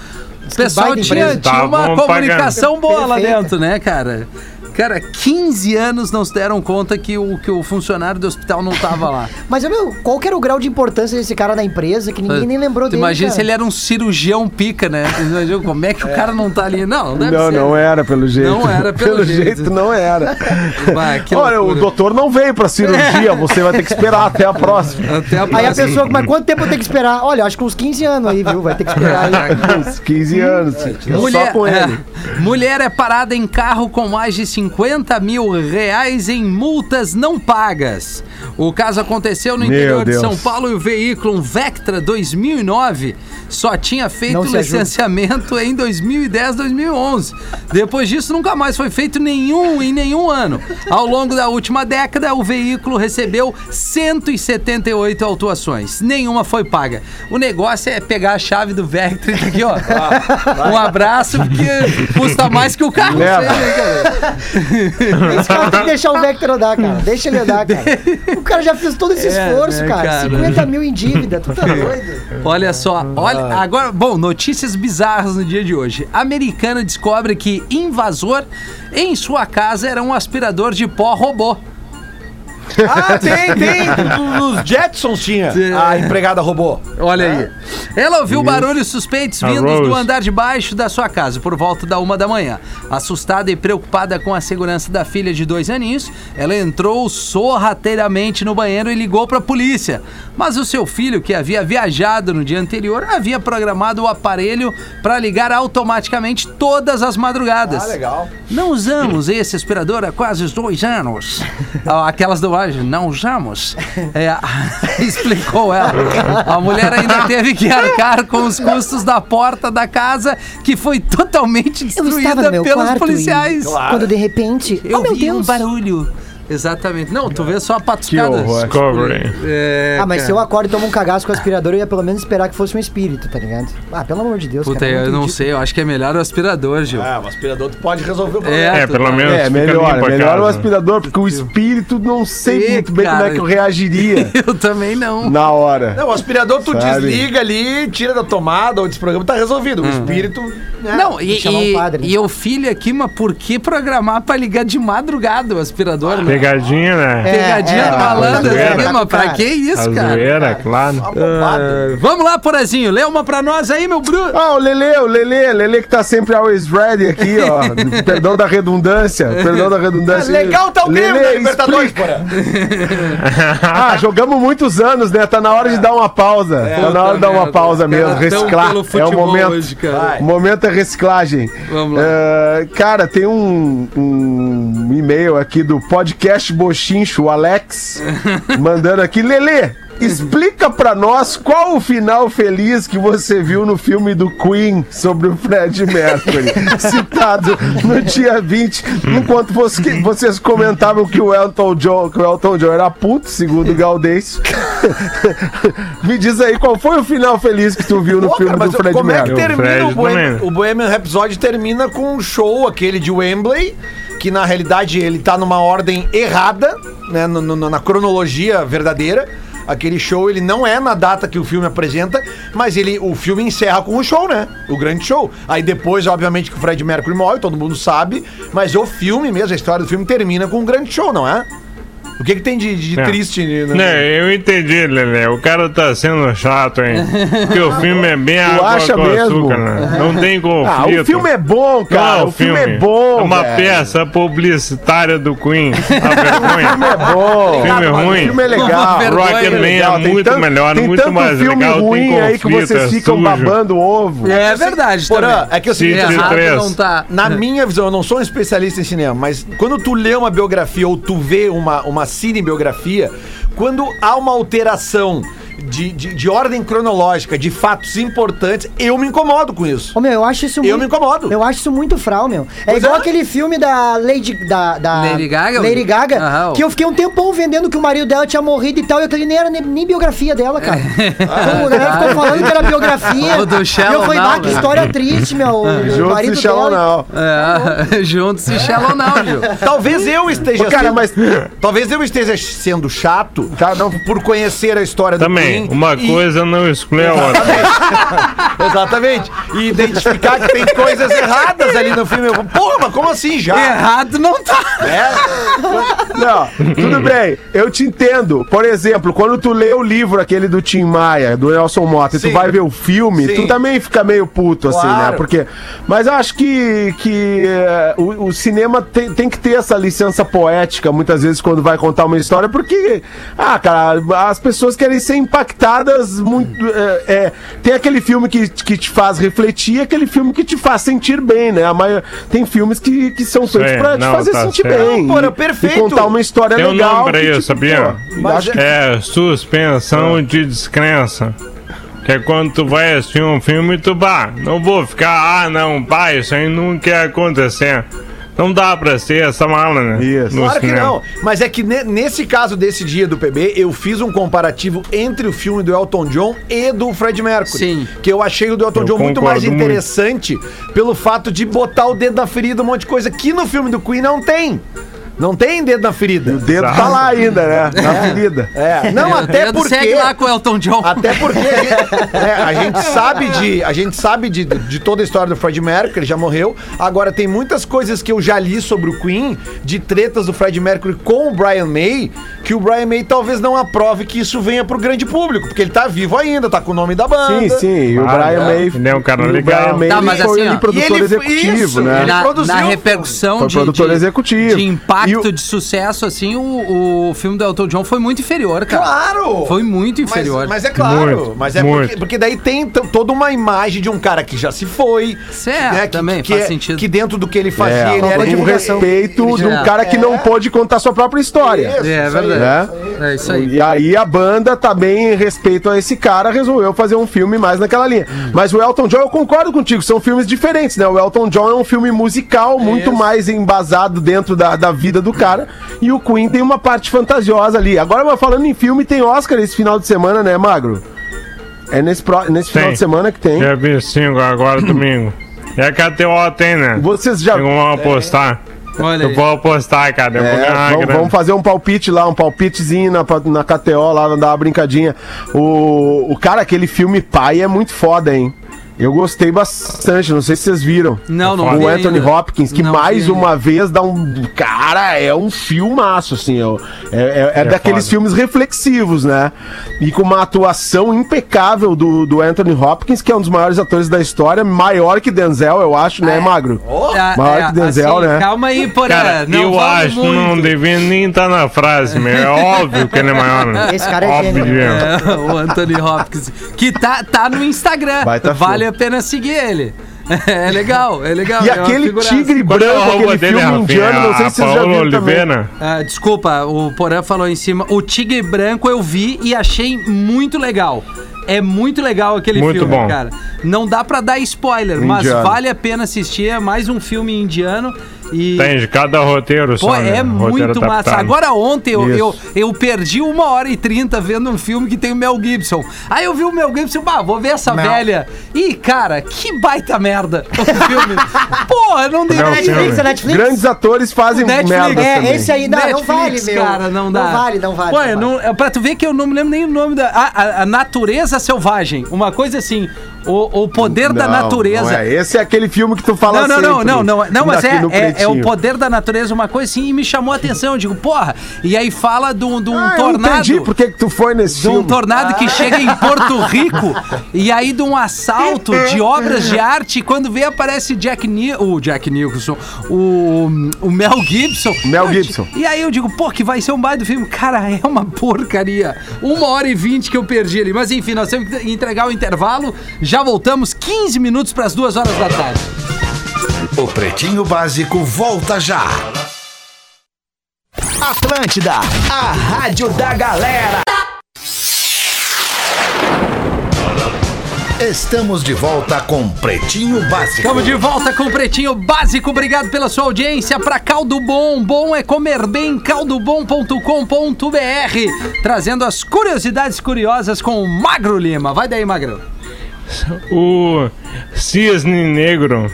O pessoal baita tinha, empresa. tinha uma Estavam comunicação boa lá Perfeita. dentro, né, cara? Cara, 15 anos não se deram conta que o, que o funcionário do hospital não tava lá. Mas, meu, qual que era o grau de importância desse cara na empresa que [laughs] ninguém nem lembrou É. Tu dele? Imagina cara? se ele era um cirurgião pica, né? Tu Imagina como é que o cara não tá ali. Não, não deve Não, ser. não é. era pelo jeito. Não [laughs] era pelo jeito. não era. Bah, que Olha, o é loucura. doutor não veio pra cirurgia, você vai ter que esperar até a próxima. Até a Aí a [laughs] próxima. pessoa, mas quanto tempo eu tenho que esperar? Olha, acho que uns 15 anos aí, viu? Vai ter que esperar aí. Uns 15 anos. Mulher Só com é, ele. mulher é parada em carro com mais de 50 mil reais em multas não pagas. O caso aconteceu no Meu interior de Deus. São Paulo e o veículo um Vectra 2009 só tinha feito Não se ajuda. licenciamento em 2010, 2011. Depois disso nunca mais foi feito nenhum em nenhum ano. Ao longo da última década, o veículo recebeu 178 autuações. Nenhuma foi paga. O negócio é pegar a chave do Vectra e tá aqui, ó. Um abraço, porque custa mais que o carro. Leva. Isso aí, né, cara? Esse cara tem que deixar o Vector andar, cara. Deixa ele andar, cara. O cara já fez todo esse É, esforço, né, cara. cara? 50 mil em dívida, tu tá doido? Olha só, olha. Agora, bom, notícias bizarras no dia de hoje. Americana descobre que invasor em sua casa era um aspirador de pó robô. [laughs] Ah, tem, tem. Nos Jetsons tinha. A empregada roubou. Olha aí. Ela ouviu barulhos suspeitos Né? A vindos do Rose. andar de baixo da sua casa por volta da uma da manhã. Assustada e preocupada com a segurança da filha de dois aninhos, ela entrou sorrateiramente no banheiro e ligou para a polícia. Mas o seu filho, que havia viajado no dia anterior, havia programado o aparelho para ligar automaticamente todas as madrugadas. Ah, legal. Não usamos esse aspirador há quase os dois [laughs] anos. Ah, Aquelas doagens, não usamos. É, [laughs] explicou ela. A mulher ainda teve que arcar com os custos da porta da casa, que foi totalmente Eu estava destruída no meu pelos quarto policiais. e quando de repente... Eu oh, meu vi um Deus! barulho. Exatamente. Não, tu vê só a patuscada. horror. Discovery. É, Ah, mas cara. se eu acordo e tomo um cagaço com o aspirador, eu ia pelo menos esperar que fosse um espírito, tá ligado? Ah, pelo amor de Deus, Puta, cara. eu não entendi. sei, eu acho que é melhor o aspirador, Gil. Ah, o aspirador tu pode resolver É, o problema. É, pelo menos. É, fica melhor, limpa a melhor casa. o né? aspirador, porque o espírito não sei Ih, muito bem como é cara. que eu reagiria [laughs] Eu também não. na hora. Não, o aspirador tu Sabe? desliga ali, tira da tomada ou desprograma, tá resolvido. O espírito. né? Não, e, chamar um e, padre. e o filho aqui, mas por que programar pra ligar de madrugada o aspirador? né? Pegadinha, né? Pegadinha É, é, malandra, é, né? é, mas pra cara. que A isso, cara? zoeira, claro. Ah, Vamos lá, Porazinho, lê uma pra nós aí, meu Bruno. Ah, o Lele, o Lele, Lele que tá sempre always ready aqui, ó. [laughs] perdão da redundância, perdão da redundância. É Legal tá o Grêmio da né? Lelê, Libertadores, porra. [laughs] Ah, jogamos muitos anos, né? Tá na hora de dar uma pausa. tá na hora de dar uma merda, pausa É. os caras mesmo, tão reciclar. pelo É o futebol momento. hoje, cara. Vai. O momento é reciclagem. Vamos lá. Eh, cara, tem um, um e-mail aqui do podcast Bochincho, [laughs] o Alex, mandando aqui. Lelê, explica pra nós qual o final feliz que você viu no filme do Queen sobre o Fred Mercury, [laughs] citado no dia 20, enquanto vos- que- vocês comentavam que o Elton John, que o Elton John era puto, segundo [laughs] o Gaudêncio. Me diz aí, qual foi o final feliz que tu viu no Pô, filme cara, mas do Fred como é Mercury? que Mercury. O termina Fred o, Bohemian, também. o Bohemian Rhapsody termina com um show aquele de Wembley, que na realidade ele tá numa ordem errada, né, no- no- na cronologia verdadeira. Aquele show ele não é na data que o filme apresenta, mas ele o filme encerra com o show, né? O grande show. Aí depois, obviamente, que o Fred Mercury morre, todo mundo sabe, mas o filme mesmo, a história do filme termina com um grande show, não é? O que que tem de, de É. triste né? no- Não, eu entendi, Lelé. O cara tá sendo chato, hein? Porque o filme é [laughs] bem água acha com mesmo? açúcar, né? Não tem Ah, conflito. o filme é bom, cara. Não, o filme, é bom. É uma velho. peça publicitária do Queen. A [laughs] vergonha. É bom. O filme é O ruim. filme é legal. Uma vergonha. Rocket Man é Legal, tem muito tanto- melhor, tem muito tanto mais filme legal. tem ruim aí que conflito, vocês é ficam sujo. babando o ovo. É verdade, Porã, também. é que o Sim, seguinte, sim. assim, Errado três. não tá. Na minha visão, eu não sou um especialista em cinema, mas quando tu lê uma biografia ou tu vê uma, uma cinebiografia, quando há uma alteração de, de, de ordem cronológica, de fatos importantes, eu me incomodo com isso. Ô, meu, eu acho isso Eu me incomodo. Eu acho isso muito fral, meu. É igual é. aquele filme da Lady... Da, da- Lady Gaga? Lady Gaga, Aham. que eu fiquei um tempão vendendo que o marido dela tinha morrido e tal, e aquele nem era nem, nem biografia [laughs] dela, cara. Como, a galera ficou falando que era biografia. Ou Ah, do e eu Shallow falei, Now, ah, que né?" história triste, meu. O Juntos marido e Shallow dela... Now. É, [laughs] juntos e Shallow Now, Gil. Talvez eu esteja Ô, cara, sendo, mas- talvez eu esteja sendo chato Tá, não- por conhecer a história Também, tem. Uma e- coisa é não exclui a outra. Exatamente. E identificar que tem coisas erradas ali no filme. Eu, Porra, mas como assim já? Errado não tá. Não, tudo bem, eu te entendo. Por exemplo, quando tu lê o livro aquele do Tim Maia, do Nelson Mota, e Sim. tu vai ver o filme, Sim. tu também fica meio puto, assim, né? Claro. Porque. Mas eu acho que, que eh, o, o cinema tem, tem que ter essa licença poética, muitas vezes, quando vai contar uma história, porque. Ah, cara, as pessoas querem ser impactadas muito. eh, eh, tem aquele filme que, que te faz refletir, e aquele filme que te faz sentir bem, né? A maio- tem filmes que, que são feitos Sim, pra te não, fazer tá sentir certo. bem. Não, porra, e- perfeito. E contar uma história Tem um legal. nome pra que, isso, tipo, sabia? pô, Mas acho que- É suspensão de descrença. Que é quando tu vai assistir um filme e tu, bah, não vou ficar, ah não, pai, isso aí nunca ia acontecer. Não dá pra ser essa mala, né? Isso. No Claro que cinema. não. Mas é que ne- nesse caso desse dia do PB, eu fiz um comparativo entre o filme do Elton John e do Fred Mercury. Sim. Que eu achei o do Elton Eu John muito concordo mais muito. interessante pelo fato de botar o dedo na ferida, um monte de coisa que no filme do Queen não tem. Não tem dedo na ferida. O dedo tá lá ainda, né? Na ferida. [laughs] É, não, Meu até dedo porque. Segue lá com o Elton John. Até porque a gente, é, a gente sabe de a gente sabe de, de toda a história do Fred Mercury, ele já morreu. Agora tem muitas coisas que eu já li sobre o Queen, de tretas do Fred Mercury com o Brian May, que o Brian May talvez não aprove que isso venha pro grande público, porque ele tá vivo ainda, tá com o nome da banda. Sim, sim. E o Ah, Brian né? May. Ele é um cara e o legal. Brian May Tá, ele mas assim, foi ó, ele produtor e ele- executivo, isso, né? ele- na, produziu, na pô. repercussão Foi de, produtor de- executivo. de impacto E o- de sucesso, assim, o, o filme do Elton John foi muito inferior, cara. Claro! Foi muito Mas- inferior. Mas, é claro, Muito, mas é muito. porque, porque daí tem t- toda uma imagem de um cara que já se foi. Certo, né, que, também, que, faz é- sentido. Que dentro do que ele fazia, É, ele era tipo, o divulgação. respeito de já- um cara que não É. pôde contar sua própria história. Isso, É, é isso aí. verdade. É isso aí. E aí a banda também, em respeito a esse cara, resolveu fazer um filme mais naquela linha. Mas o Elton John, eu concordo contigo, são filmes diferentes, né? O Elton John é um filme musical, muito mais embasado dentro da, da vida do cara. E o Queen tem uma parte fantasiosa ali. Agora, mas falando em filme, tem Oscar esse final de semana, né, Magro? É nesse, pró- nesse final Tem. de semana que tem. Dia 25, [clears throat] agora domingo. E a KTO tem, né? Vocês já. Tem como apostar. Olha Eu aí. vou apostar, cara. Eu vou É, ganhar uma vamos, grana. vamos fazer um palpite lá, um palpitezinho na, pa- na KTO lá, dar uma brincadinha. O, o cara, aquele filme pai é muito foda, hein? Eu gostei bastante, não sei se vocês viram. Não, não vi O Anthony ainda. Hopkins, que Não mais vi ainda. uma vez dá um. Cara, é um filmaço, assim. É, é, é- é daqueles foda. filmes reflexivos, né? E com uma atuação impecável do, do Anthony Hopkins, que é um dos maiores atores da história, maior que Denzel, eu acho, É. né, Magro? Ah, maior que Denzel, né? Calma aí, porra. Cara, não eu vamos acho, muito. não devia nem estar na frase, meu. É óbvio que ele é maior, né? Esse cara é óbvio. gênio. [laughs] É, o Anthony Hopkins, que tá, tá no Instagram. Baita vale a pena seguir ele. É legal, é legal. E é uma aquele figuraça. tigre Qual é a branco, aquele roupa dele, filme indiano, não sei Rafinha? se A vocês já Paola viram também. Oliveira? Ah, desculpa, o Porã falou em cima. O Tigre Branco eu vi e achei muito legal. É muito legal aquele Muito filme, bom. cara. Não dá pra dar spoiler, mas Indiano. vale a pena assistir. É mais um filme indiano e. Tem de Tá cada roteiro Pô, só, né? é Roteiro muito massa. adaptado. Agora ontem eu, tá Isso. eu, eu perdi uma hora e trinta vendo um filme que tem o Mel Gibson. Aí eu vi o Mel Gibson, bah, vou ver essa Mel. velha. Ih, cara, que baita merda o [laughs] filme. Porra, não deu. Mel Netflix, é filme. Netflix? Grandes atores fazem Netflix. um merda É, também. esse aí dá, não vale, meu. cara, não dá. Não vale, não vale. Pô, não eu vale. não- é pra tu ver que eu não me lembro nem o nome da... A, a- a natureza selvagem, uma coisa assim, o, o poder da Não, natureza. não é. Esse é aquele filme que tu fala Não, não, não, sempre não, não, não, mas aqui é, no é- é o Pretinho. poder da natureza, uma coisa assim, e me chamou a atenção. Eu digo, porra, e aí fala de um, de um Ah, eu tornado. entendi Ah. por que que tu foi nesse De um filme. tornado que chega em [laughs] Porto Rico e aí de um assalto de obras de arte, e quando vê aparece Jack Ni o Jack Nicholson, o, o Mel Gibson. Mel Eu di- Gibson. E aí eu digo, pô, que vai ser um baita do filme. Cara, é uma porcaria. Uma hora e vinte que eu perdi ali. Mas enfim, nós temos que entregar o intervalo. Já voltamos 15 minutos para as duas horas da tarde. O Pretinho Básico volta já. Atlântida, a rádio da galera. Estamos de volta com Pretinho Básico. Estamos de volta com o Pretinho Básico. Obrigado pela sua audiência. Para Caldo Bom, bom é comer bem. caldobom.com.br trazendo as curiosidades curiosas com o Magro Lima. Vai daí, Magro. O cisne negro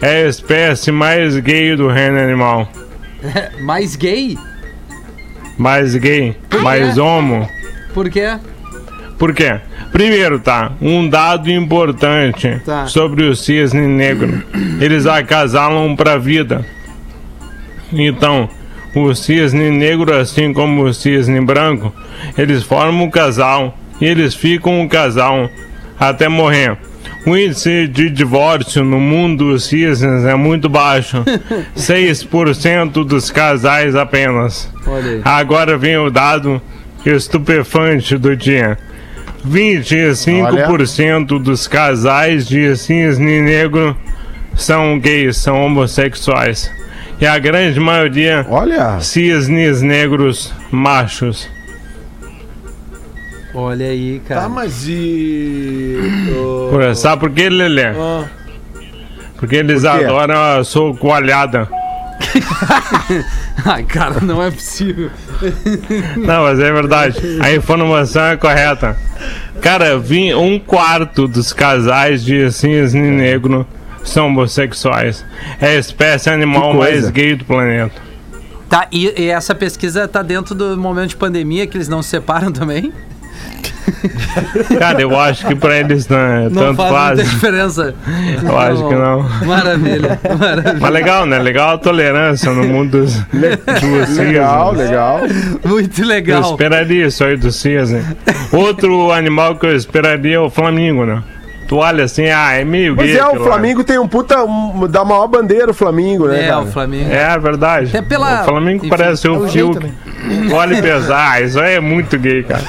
é a espécie mais gay do reino animal. Mais gay? Mais gay, mais homo. Por quê? Por quê? Primeiro, tá? Um dado importante Tá. sobre o cisne negro. Eles acasalam pra vida. Então, o cisne negro, assim como o cisne branco, eles formam um casal e eles ficam um casal até morrer. O índice de divórcio no mundo dos cisnes é muito baixo, 6% dos casais apenas. Olha aí. Agora vem o dado estupefante do dia. 25% dos casais de cisne negro são gays, são homossexuais. E a grande maioria, Olha. cisnes negros machos. Olha aí, cara. Tá, mas e. ô, Por- Sabe por que, Lelê? ah, Porque eles adoram a sua coalhada. Ai, cara, não é possível. Não, mas é verdade. A informação é correta. Cara, vi um quarto dos casais de cisne negro são homossexuais. É a espécie animal Que coisa. mais gay do planeta. Tá, e, e essa pesquisa tá dentro do momento de pandemia que eles não se separam também? Cara, eu acho que pra eles não é Não tanto faz muita faz. diferença. Eu acho bom. que não. Maravilha, maravilha. Mas legal, né? Legal a tolerância no mundo dos, dos cisnes. Legal, legal. Muito Eu legal. esperaria isso aí do cisne. Outro animal que eu esperaria é o flamingo, né? Tu olha assim, ah, é meio Mas gay. é, o aquilo lá. Flamengo tem um puta. Um, dá maior bandeira o Flamengo, né? É, cara? o Flamengo. É verdade. Até pela- O Flamengo enfim, parece um é o o jeito Fiuk. Olha e pensa, [laughs] ah, isso aí é muito gay, cara.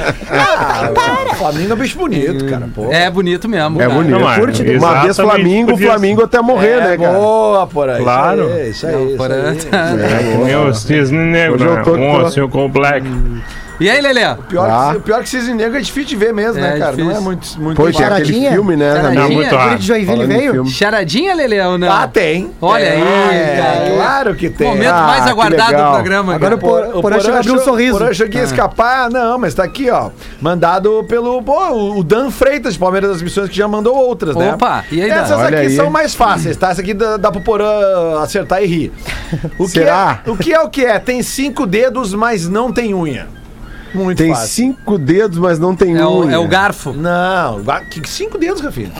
o Flamengo é um bicho bonito, cara. Pô. É É, bonito mesmo. É cara. bonito. Não, é, Curte, né? uma vez exatamente Flamengo, por isso. Flamengo até morrer, né, cara? É, Boa, por aí. Claro. Isso aí, isso aí, Porã, isso aí. tá. É, É Meu cisne negro, Hoje eu né? tô- Um tô- assim, o black. E aí, Lelê? Pior, é Ah. que, o pior que cisne negro é difícil de ver mesmo, É, né, cara? Não é difícil. muito. muito Pois é, barato. aquele Charadinha? filme, né? Charadinha? Não, Ramiro? muito é Guri de raro. Joinville Falando em veio? filme. Charadinha, Lelê, ou não? Ah, tem. Olha Tem, aí, cara. é, Claro que tem. Momento Ah, mais que aguardado do legal. programa. Agora cara. o Por- Porã chega a abrir um achou- sorriso. Porã achou que ia escapar, não, mas tá aqui, ó. Mandado pelo. pô, o Dan Freitas, de Palmeiras das Missões, que já mandou outras, né? Opa, e aí, Dan? Essas Olha aqui aí. são mais fáceis, tá? Essa aqui dá, dá pro Porã acertar e rir. O que Será? É, o que é o que é? Tem cinco dedos, mas não tem unha. Muito Tem fácil. cinco dedos, mas não tem é, o, unha. é o garfo. Não, va- que- que cinco dedos, Rafinha.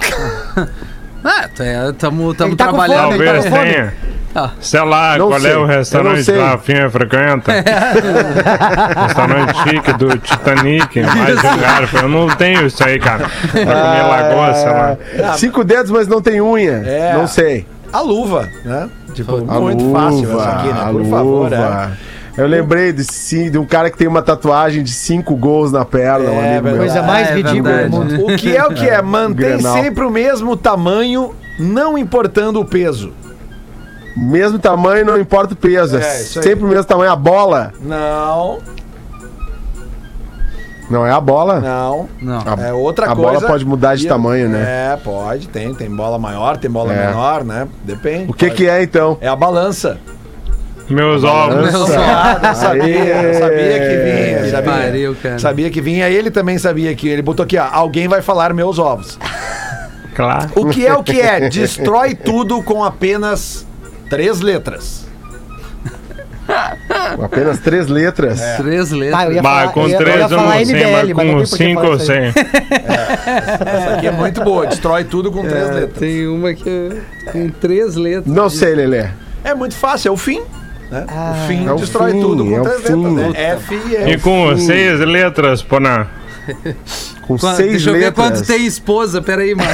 Ah, estamos Ele tá com trabalhando. fome, ele Talvez tá com fome. tenha. Ah. Sei lá Não qual sei, é eu o não restaurante que sei. a Rafinha [laughs] frequenta. É. restaurante chique do [laughs] Titanic, mais um garfo. Eu não tenho isso aí, cara. Pra comer lagosta lá. Ah, Cinco dedos, mas não tem unha. É. Não sei. A luva, né? Tipo, A muito luva, fácil essa aqui, né? a Por favor, é. luva. Eu lembrei de, sim, de um cara que tem uma tatuagem de cinco gols na perna, um É, amigo meu. Coisa mais Ah, é ridícula verdade, do mundo. né? O que é o que é? Mantém Grenal. sempre o mesmo tamanho, não importando o peso. Mesmo tamanho, não importa o peso. É, É, isso aí. sempre o mesmo tamanho. A bola. Não, Não é a bola. não. Não. A- É outra a coisa. bola pode mudar de E- tamanho, né? É, pode, tem. Tem bola maior, tem bola É. menor, né? Depende. O que, que é, então? É a balança. Meus ovos. Meu Ah, eu sabia, eu sabia que vinha. Que É, sabia. pariu, cara. Sabia que vinha, ele também sabia que ele botou aqui, ó, alguém vai falar meus ovos. Claro. O que é o que é? Destrói tudo com apenas três letras. Apenas três letras. Três letras. Ah, eu ia Bah, falar, com eu ia- eu ia três eu falar não sei, mas NBL, mas não com tem por que cinco um falar eu isso aí. sei. Essa aqui é muito boa, destrói tudo com três letras. É, Tem uma que é com três letras. Não sei, Lelê. É muito fácil, é o fim. Né? o fim É o destrói fim, tudo com é o três fim. letras. Né? F e E E. com seis letras, né? Porã. Com Qua- seis Deixa eu ver letras. quanto tem esposa. Pera aí, mano.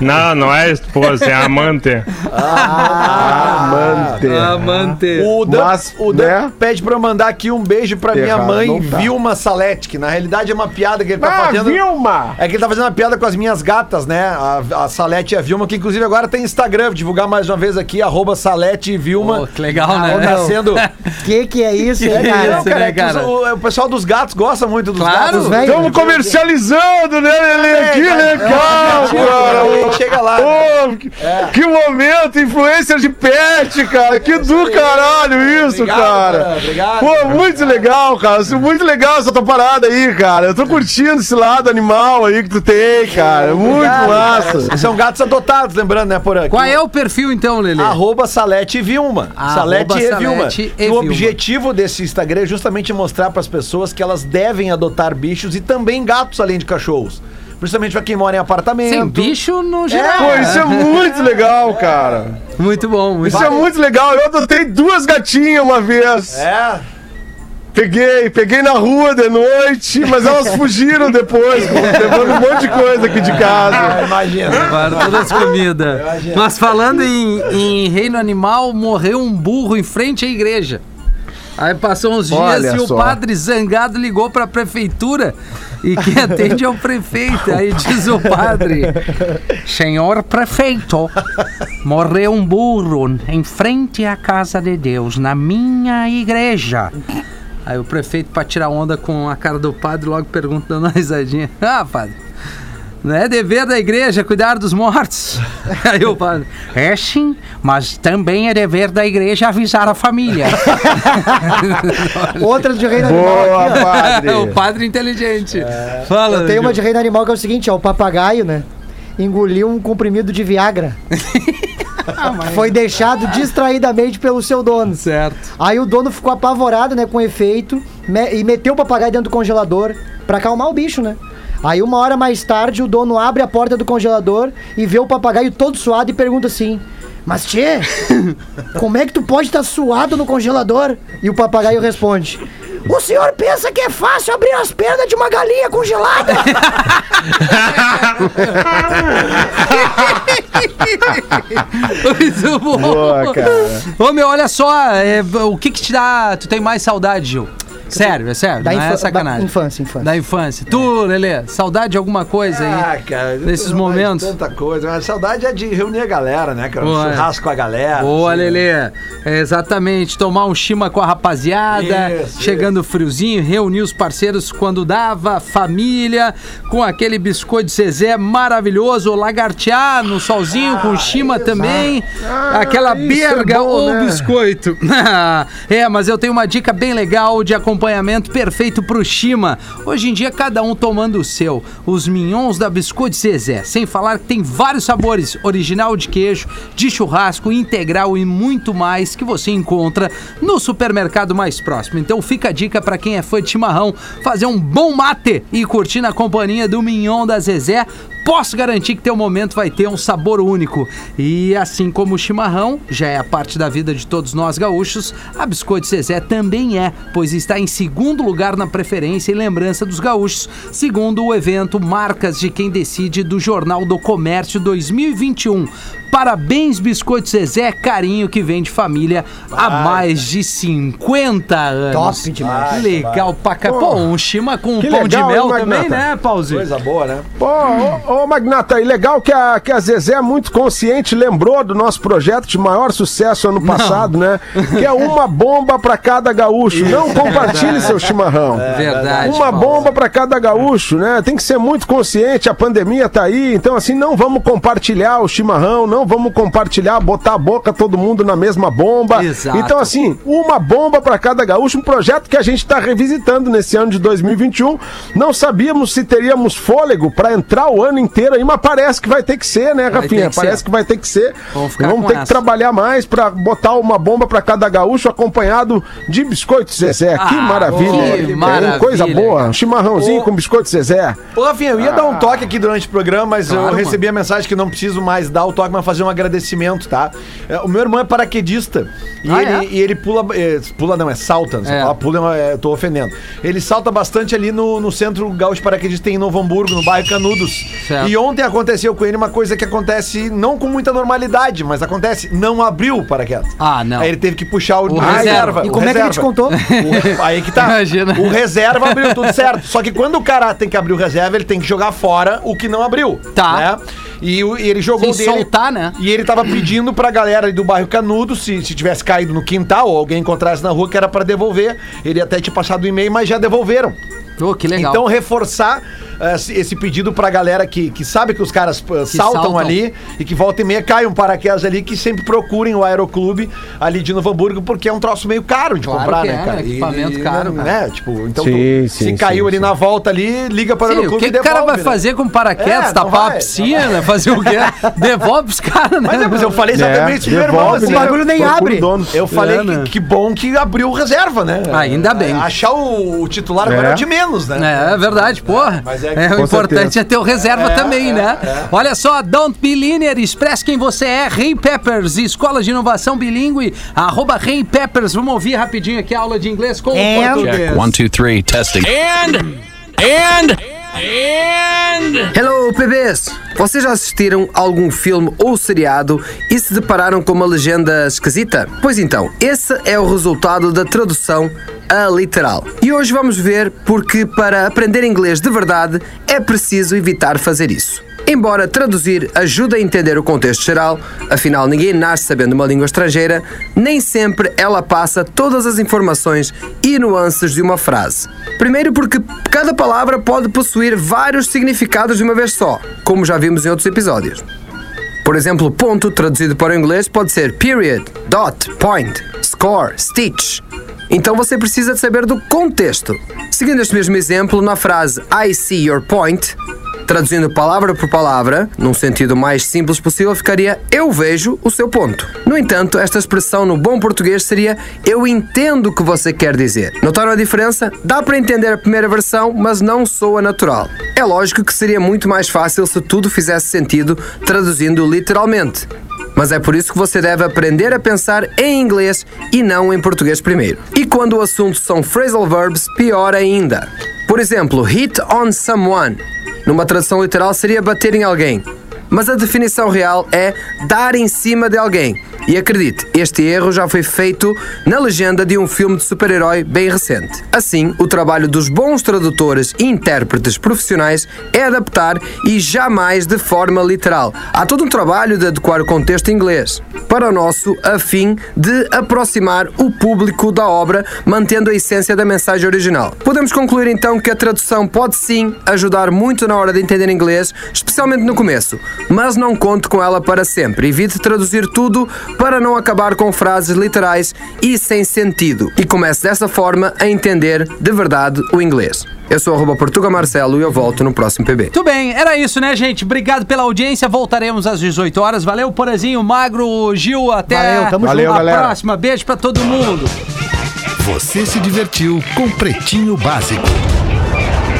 Não, não é esposa, é amante. Amante. Ah, Amante. O Dan, Mas, o Dan né? pede pra eu mandar aqui um beijo pra minha Errado mãe, não tá. Vilma Salete, que na realidade é uma piada que ele tá Ah, fazendo. Vilma! É que ele tá fazendo uma piada com as minhas gatas, né? A, a Salete e a Vilma, que inclusive agora tem Instagram. Vou divulgar mais uma vez aqui, arroba Salete e Vilma. Pô, que legal, Ah, né? tá sendo... Que que é isso, Que hein, que é cara? Não, cara, né, é que os- cara? o, o pessoal dos gatos gosta muito dos Claro, gatos. Os velhos- Estamos comercializando, né, Lelê? Que legal, Cara, cara. chega lá. Ô, novo. Que, É. que momento, influencer de pet, cara. Que do caralho isso, Obrigado, cara. cara. Obrigado, Pô, muito legal, cara. Isso é Muito legal essa tua parada aí, cara. Eu tô curtindo esse lado animal aí que tu tem, cara. É Muito massa. São gatos adotados, lembrando, né, Porã? Qual é o perfil então, Lelê? Arroba Salete e Vilma. Arroba Salete e Salete Vilma. e E o Vilma. objetivo desse Instagram é justamente mostrar para as pessoas que elas devem adotar bichos e também gatos além de cachorros. Principalmente para quem mora em apartamento. Sem bicho no geral. Pô, isso é muito legal, cara. Muito bom, muito Isso é bom. muito legal. Eu adotei duas gatinhas uma vez. É. Peguei, peguei na rua de noite, mas elas fugiram depois, [laughs] pô, levando um monte de coisa aqui de casa. Imagina. Para todas as comidas. é. Mas falando em, em reino animal, morreu um burro em frente à igreja. Aí passou uns dias Olha e o só. padre zangado ligou para a prefeitura e [laughs] quem atende é o prefeito. Aí diz o padre: Senhor prefeito, morreu um burro em frente à casa de Deus, na minha igreja. Aí o prefeito, pra tirar onda com a cara do padre, logo pergunta, dando uma risadinha: [laughs] Ah, padre, não é dever da igreja cuidar dos mortos. Aí o padre, é sim, mas também é dever da igreja avisar a família. [laughs] Outra de reino animal. Boa, Aqui, ó. padre. É o padre inteligente. Fala. Tem uma Gil. de reino animal que é o seguinte, ó, o papagaio, né? Engoliu um comprimido [laughs] de Viagra. Ah, Foi deixado distraidamente pelo seu dono. Certo. Aí o dono ficou apavorado, né, com o efeito, me- e meteu o papagaio dentro do congelador pra acalmar o bicho, né? Aí uma hora mais tarde o dono abre a porta do congelador e vê o papagaio todo suado e pergunta assim: "Mas tchê, como é que tu pode estar suado no congelador?" E o papagaio responde: "O senhor pensa que é fácil abrir as pernas de uma galinha congelada?" [laughs] é Muito bom. Boa, cara. Ô meu, olha só, é, o que que te dá. Tu tem mais saudade, Gil? Sério, é sério. Da não é infa- sacanagem. da infância, infância. Da infância. Tu, Lelê, saudade de alguma coisa aí? Ah, cara, eu tô Nesses com saudade de momentos. Tanta coisa. A saudade é de reunir a galera, né, cara? Um Boa. Churrasco com a galera. Boa, assim, né? Lelê. É, exatamente. Tomar um chima com a rapaziada, Isso, chegando friozinho, reunir os parceiros quando dava, família, com aquele biscoito Zezé maravilhoso, lagartear no solzinho com chima também, aquela berga ou biscoito. [laughs] é, mas eu tenho uma dica bem legal de acompanhamento perfeito pro chima. Hoje em dia, cada um tomando o seu. Os mignons da Biscoito Zezé. Sem falar que tem vários sabores: original de queijo, de churrasco, integral e muito mais que você encontra no supermercado mais próximo. Então fica a dica para quem é fã de chimarrão: fazer um bom mate e curtir na companhia do mignon da Zezé. Posso garantir que teu momento vai ter um sabor único. E assim como o chimarrão já é a parte da vida de todos nós gaúchos, a Biscoito Zezé também é, pois está em segundo lugar na preferência e lembrança dos gaúchos, segundo o evento Marcas de Quem Decide do Jornal do Comércio 2021. Parabéns, Biscoito Zezé, carinho que vem de família há mais de 50 anos. Top demais. Que Legal pra cá. Pô, um chima com um que pão de legal, mel hein, também, Magnata? né, Pauzinho? Coisa boa, né? Pô, Hum. ô, ô, Magnata, e legal que a, que a Zezé, muito consciente, lembrou do nosso projeto de maior sucesso ano passado, né? Que é [laughs] uma bomba pra cada gaúcho. Não compartilhe seu chimarrão. É, Verdade. Uma Paulo. bomba pra cada gaúcho, né? Tem que ser muito consciente, a pandemia tá aí, então assim, não vamos compartilhar o chimarrão, não vamos compartilhar, botar a boca todo mundo na mesma bomba. Exato. Então assim, uma bomba pra cada gaúcho, um projeto que a gente tá revisitando nesse ano de 2021. Não sabíamos se teríamos fôlego pra entrar o ano inteiro aí, mas parece que vai ter que ser, né, Vai ter Rafinha? que ser. Parece que vai ter que ser. Vamos ficar vamos com ter que essa. trabalhar mais pra botar uma bomba pra cada gaúcho acompanhado de biscoito Zezé. que Ah, maravilha. que hein? maravilha. Coisa boa. Um chimarrãozinho Ô. com biscoito Zezé. Ô, Rafinha, eu ia dar um toque aqui durante o programa, mas Ah. Claro, eu recebi a mensagem que não preciso mais dar o toque, mas fazer um agradecimento, tá? É, O meu irmão é paraquedista e, Ah, ele, é? e ele pula. é, pula não, é salta. Se É. falar pula, é uma- é, eu tô ofendendo. Ele salta bastante ali no, no centro gaúcho paraquedista em Novo Hamburgo, no bairro Canudos. Certo. E ontem aconteceu com ele uma coisa que acontece não com muita normalidade, mas acontece. Não abriu o paraquedas. Ah, não. Aí ele teve que puxar o, O o reserva. E como é que ele te reserva. contou? [laughs] O- aí que tá. Imagina. O reserva abriu tudo certo. Só que quando o cara tem que abrir o reserva, ele tem que jogar fora o que não abriu. Tá. né? E, o- e ele Sem jogou o dele. soltar, né? E ele tava pedindo pra galera aí do bairro Canudo, se, se tivesse caído no quintal ou alguém encontrasse na rua, que era pra devolver. Ele até tinha passado o e-mail, mas já devolveram. Ô, que legal. Então reforçar eh, esse- esse pedido pra galera que, que sabe que os caras eh, saltam, saltam. ali e que volta e meia cai um paraquedas ali, que sempre procurem o aeroclube ali de Novo Hamburgo, porque é um troço meio caro de Claro comprar, que né, é, cara? equipamento caro, né? cara. Tipo, então Sim, tu- sim, se sim, caiu ali sim. na volta ali, liga para o Sim, o aeroclube que, e que o cara devolve, vai né? fazer com paraquedas? É, não tapar vai, a não piscina? Fazer [laughs] o quê? Devolve os caras, né? Mas, é, mas eu falei exatamente É, é, meu irmão, devolve, assim, né? eu- bagulho nem Procura o abre. dono. Eu falei É, né? que, que bom que abriu reserva, né? Ainda bem. Achar o, o titular agora é É. o de menos, né? É, é verdade, porra. mas é é, que- o Com importante certeza. é ter o reserva também, né? é. Olha só, Don't Be Linear, expresse quem você é, Rei Peppers, escola de inovação bilíngue, arroba Rei Peppers. Vamos ouvir rapidinho aqui a aula de inglês com o And- português. Hello, bebês! Vocês já assistiram a algum filme ou seriado e se depararam com uma legenda esquisita? Pois então, esse é o resultado da tradução a literal. E hoje vamos ver porque para aprender inglês de verdade é preciso evitar fazer isso. Embora traduzir ajude a entender o contexto geral, afinal ninguém nasce sabendo uma língua estrangeira, nem sempre ela passa todas as informações e nuances de uma frase. Primeiro porque cada palavra pode possuir vários significados de uma vez só, como já vimos em outros episódios. Por exemplo, ponto traduzido para o inglês pode ser period, dot, point, score, stitch. Então você precisa de saber do contexto. Seguindo este mesmo exemplo, na frase I see your point, traduzindo palavra por palavra, num sentido mais simples possível, ficaria eu vejo o seu ponto. No entanto, esta expressão no bom português seria eu entendo o que você quer dizer. Notaram a diferença? Dá para entender a primeira versão, mas não soa natural. É lógico que seria muito mais fácil se tudo fizesse sentido traduzindo literalmente. Mas é por isso que você deve aprender a pensar em inglês e não em português primeiro. E quando o assunto são phrasal verbs, pior ainda. Por exemplo, hit on someone. Numa tradução literal seria bater em alguém mas a definição real é dar em cima de alguém. E acredite, este erro já foi feito na legenda de um filme de super-herói bem recente. Assim, o trabalho dos bons tradutores e intérpretes profissionais é adaptar e jamais de forma literal. Há todo um trabalho de adequar o contexto inglês para o nosso a fim de aproximar o público da obra, mantendo a essência da mensagem original. Podemos concluir então que a tradução pode sim ajudar muito na hora de entender inglês, especialmente no começo, mas não conte com ela para sempre. Evite traduzir tudo para não acabar com frases literais e sem sentido. E comece dessa forma a entender de verdade o inglês. Eu sou arroba Portuga Marcelo e eu volto no próximo PB. Muito bem, era isso, né, gente? Obrigado pela audiência. Voltaremos às 18 horas. Valeu, Porazinho, Magro, Gil. Até Valeu, tamo Valeu, a galera. próxima. Beijo pra todo mundo. Você se divertiu com Pretinho Básico.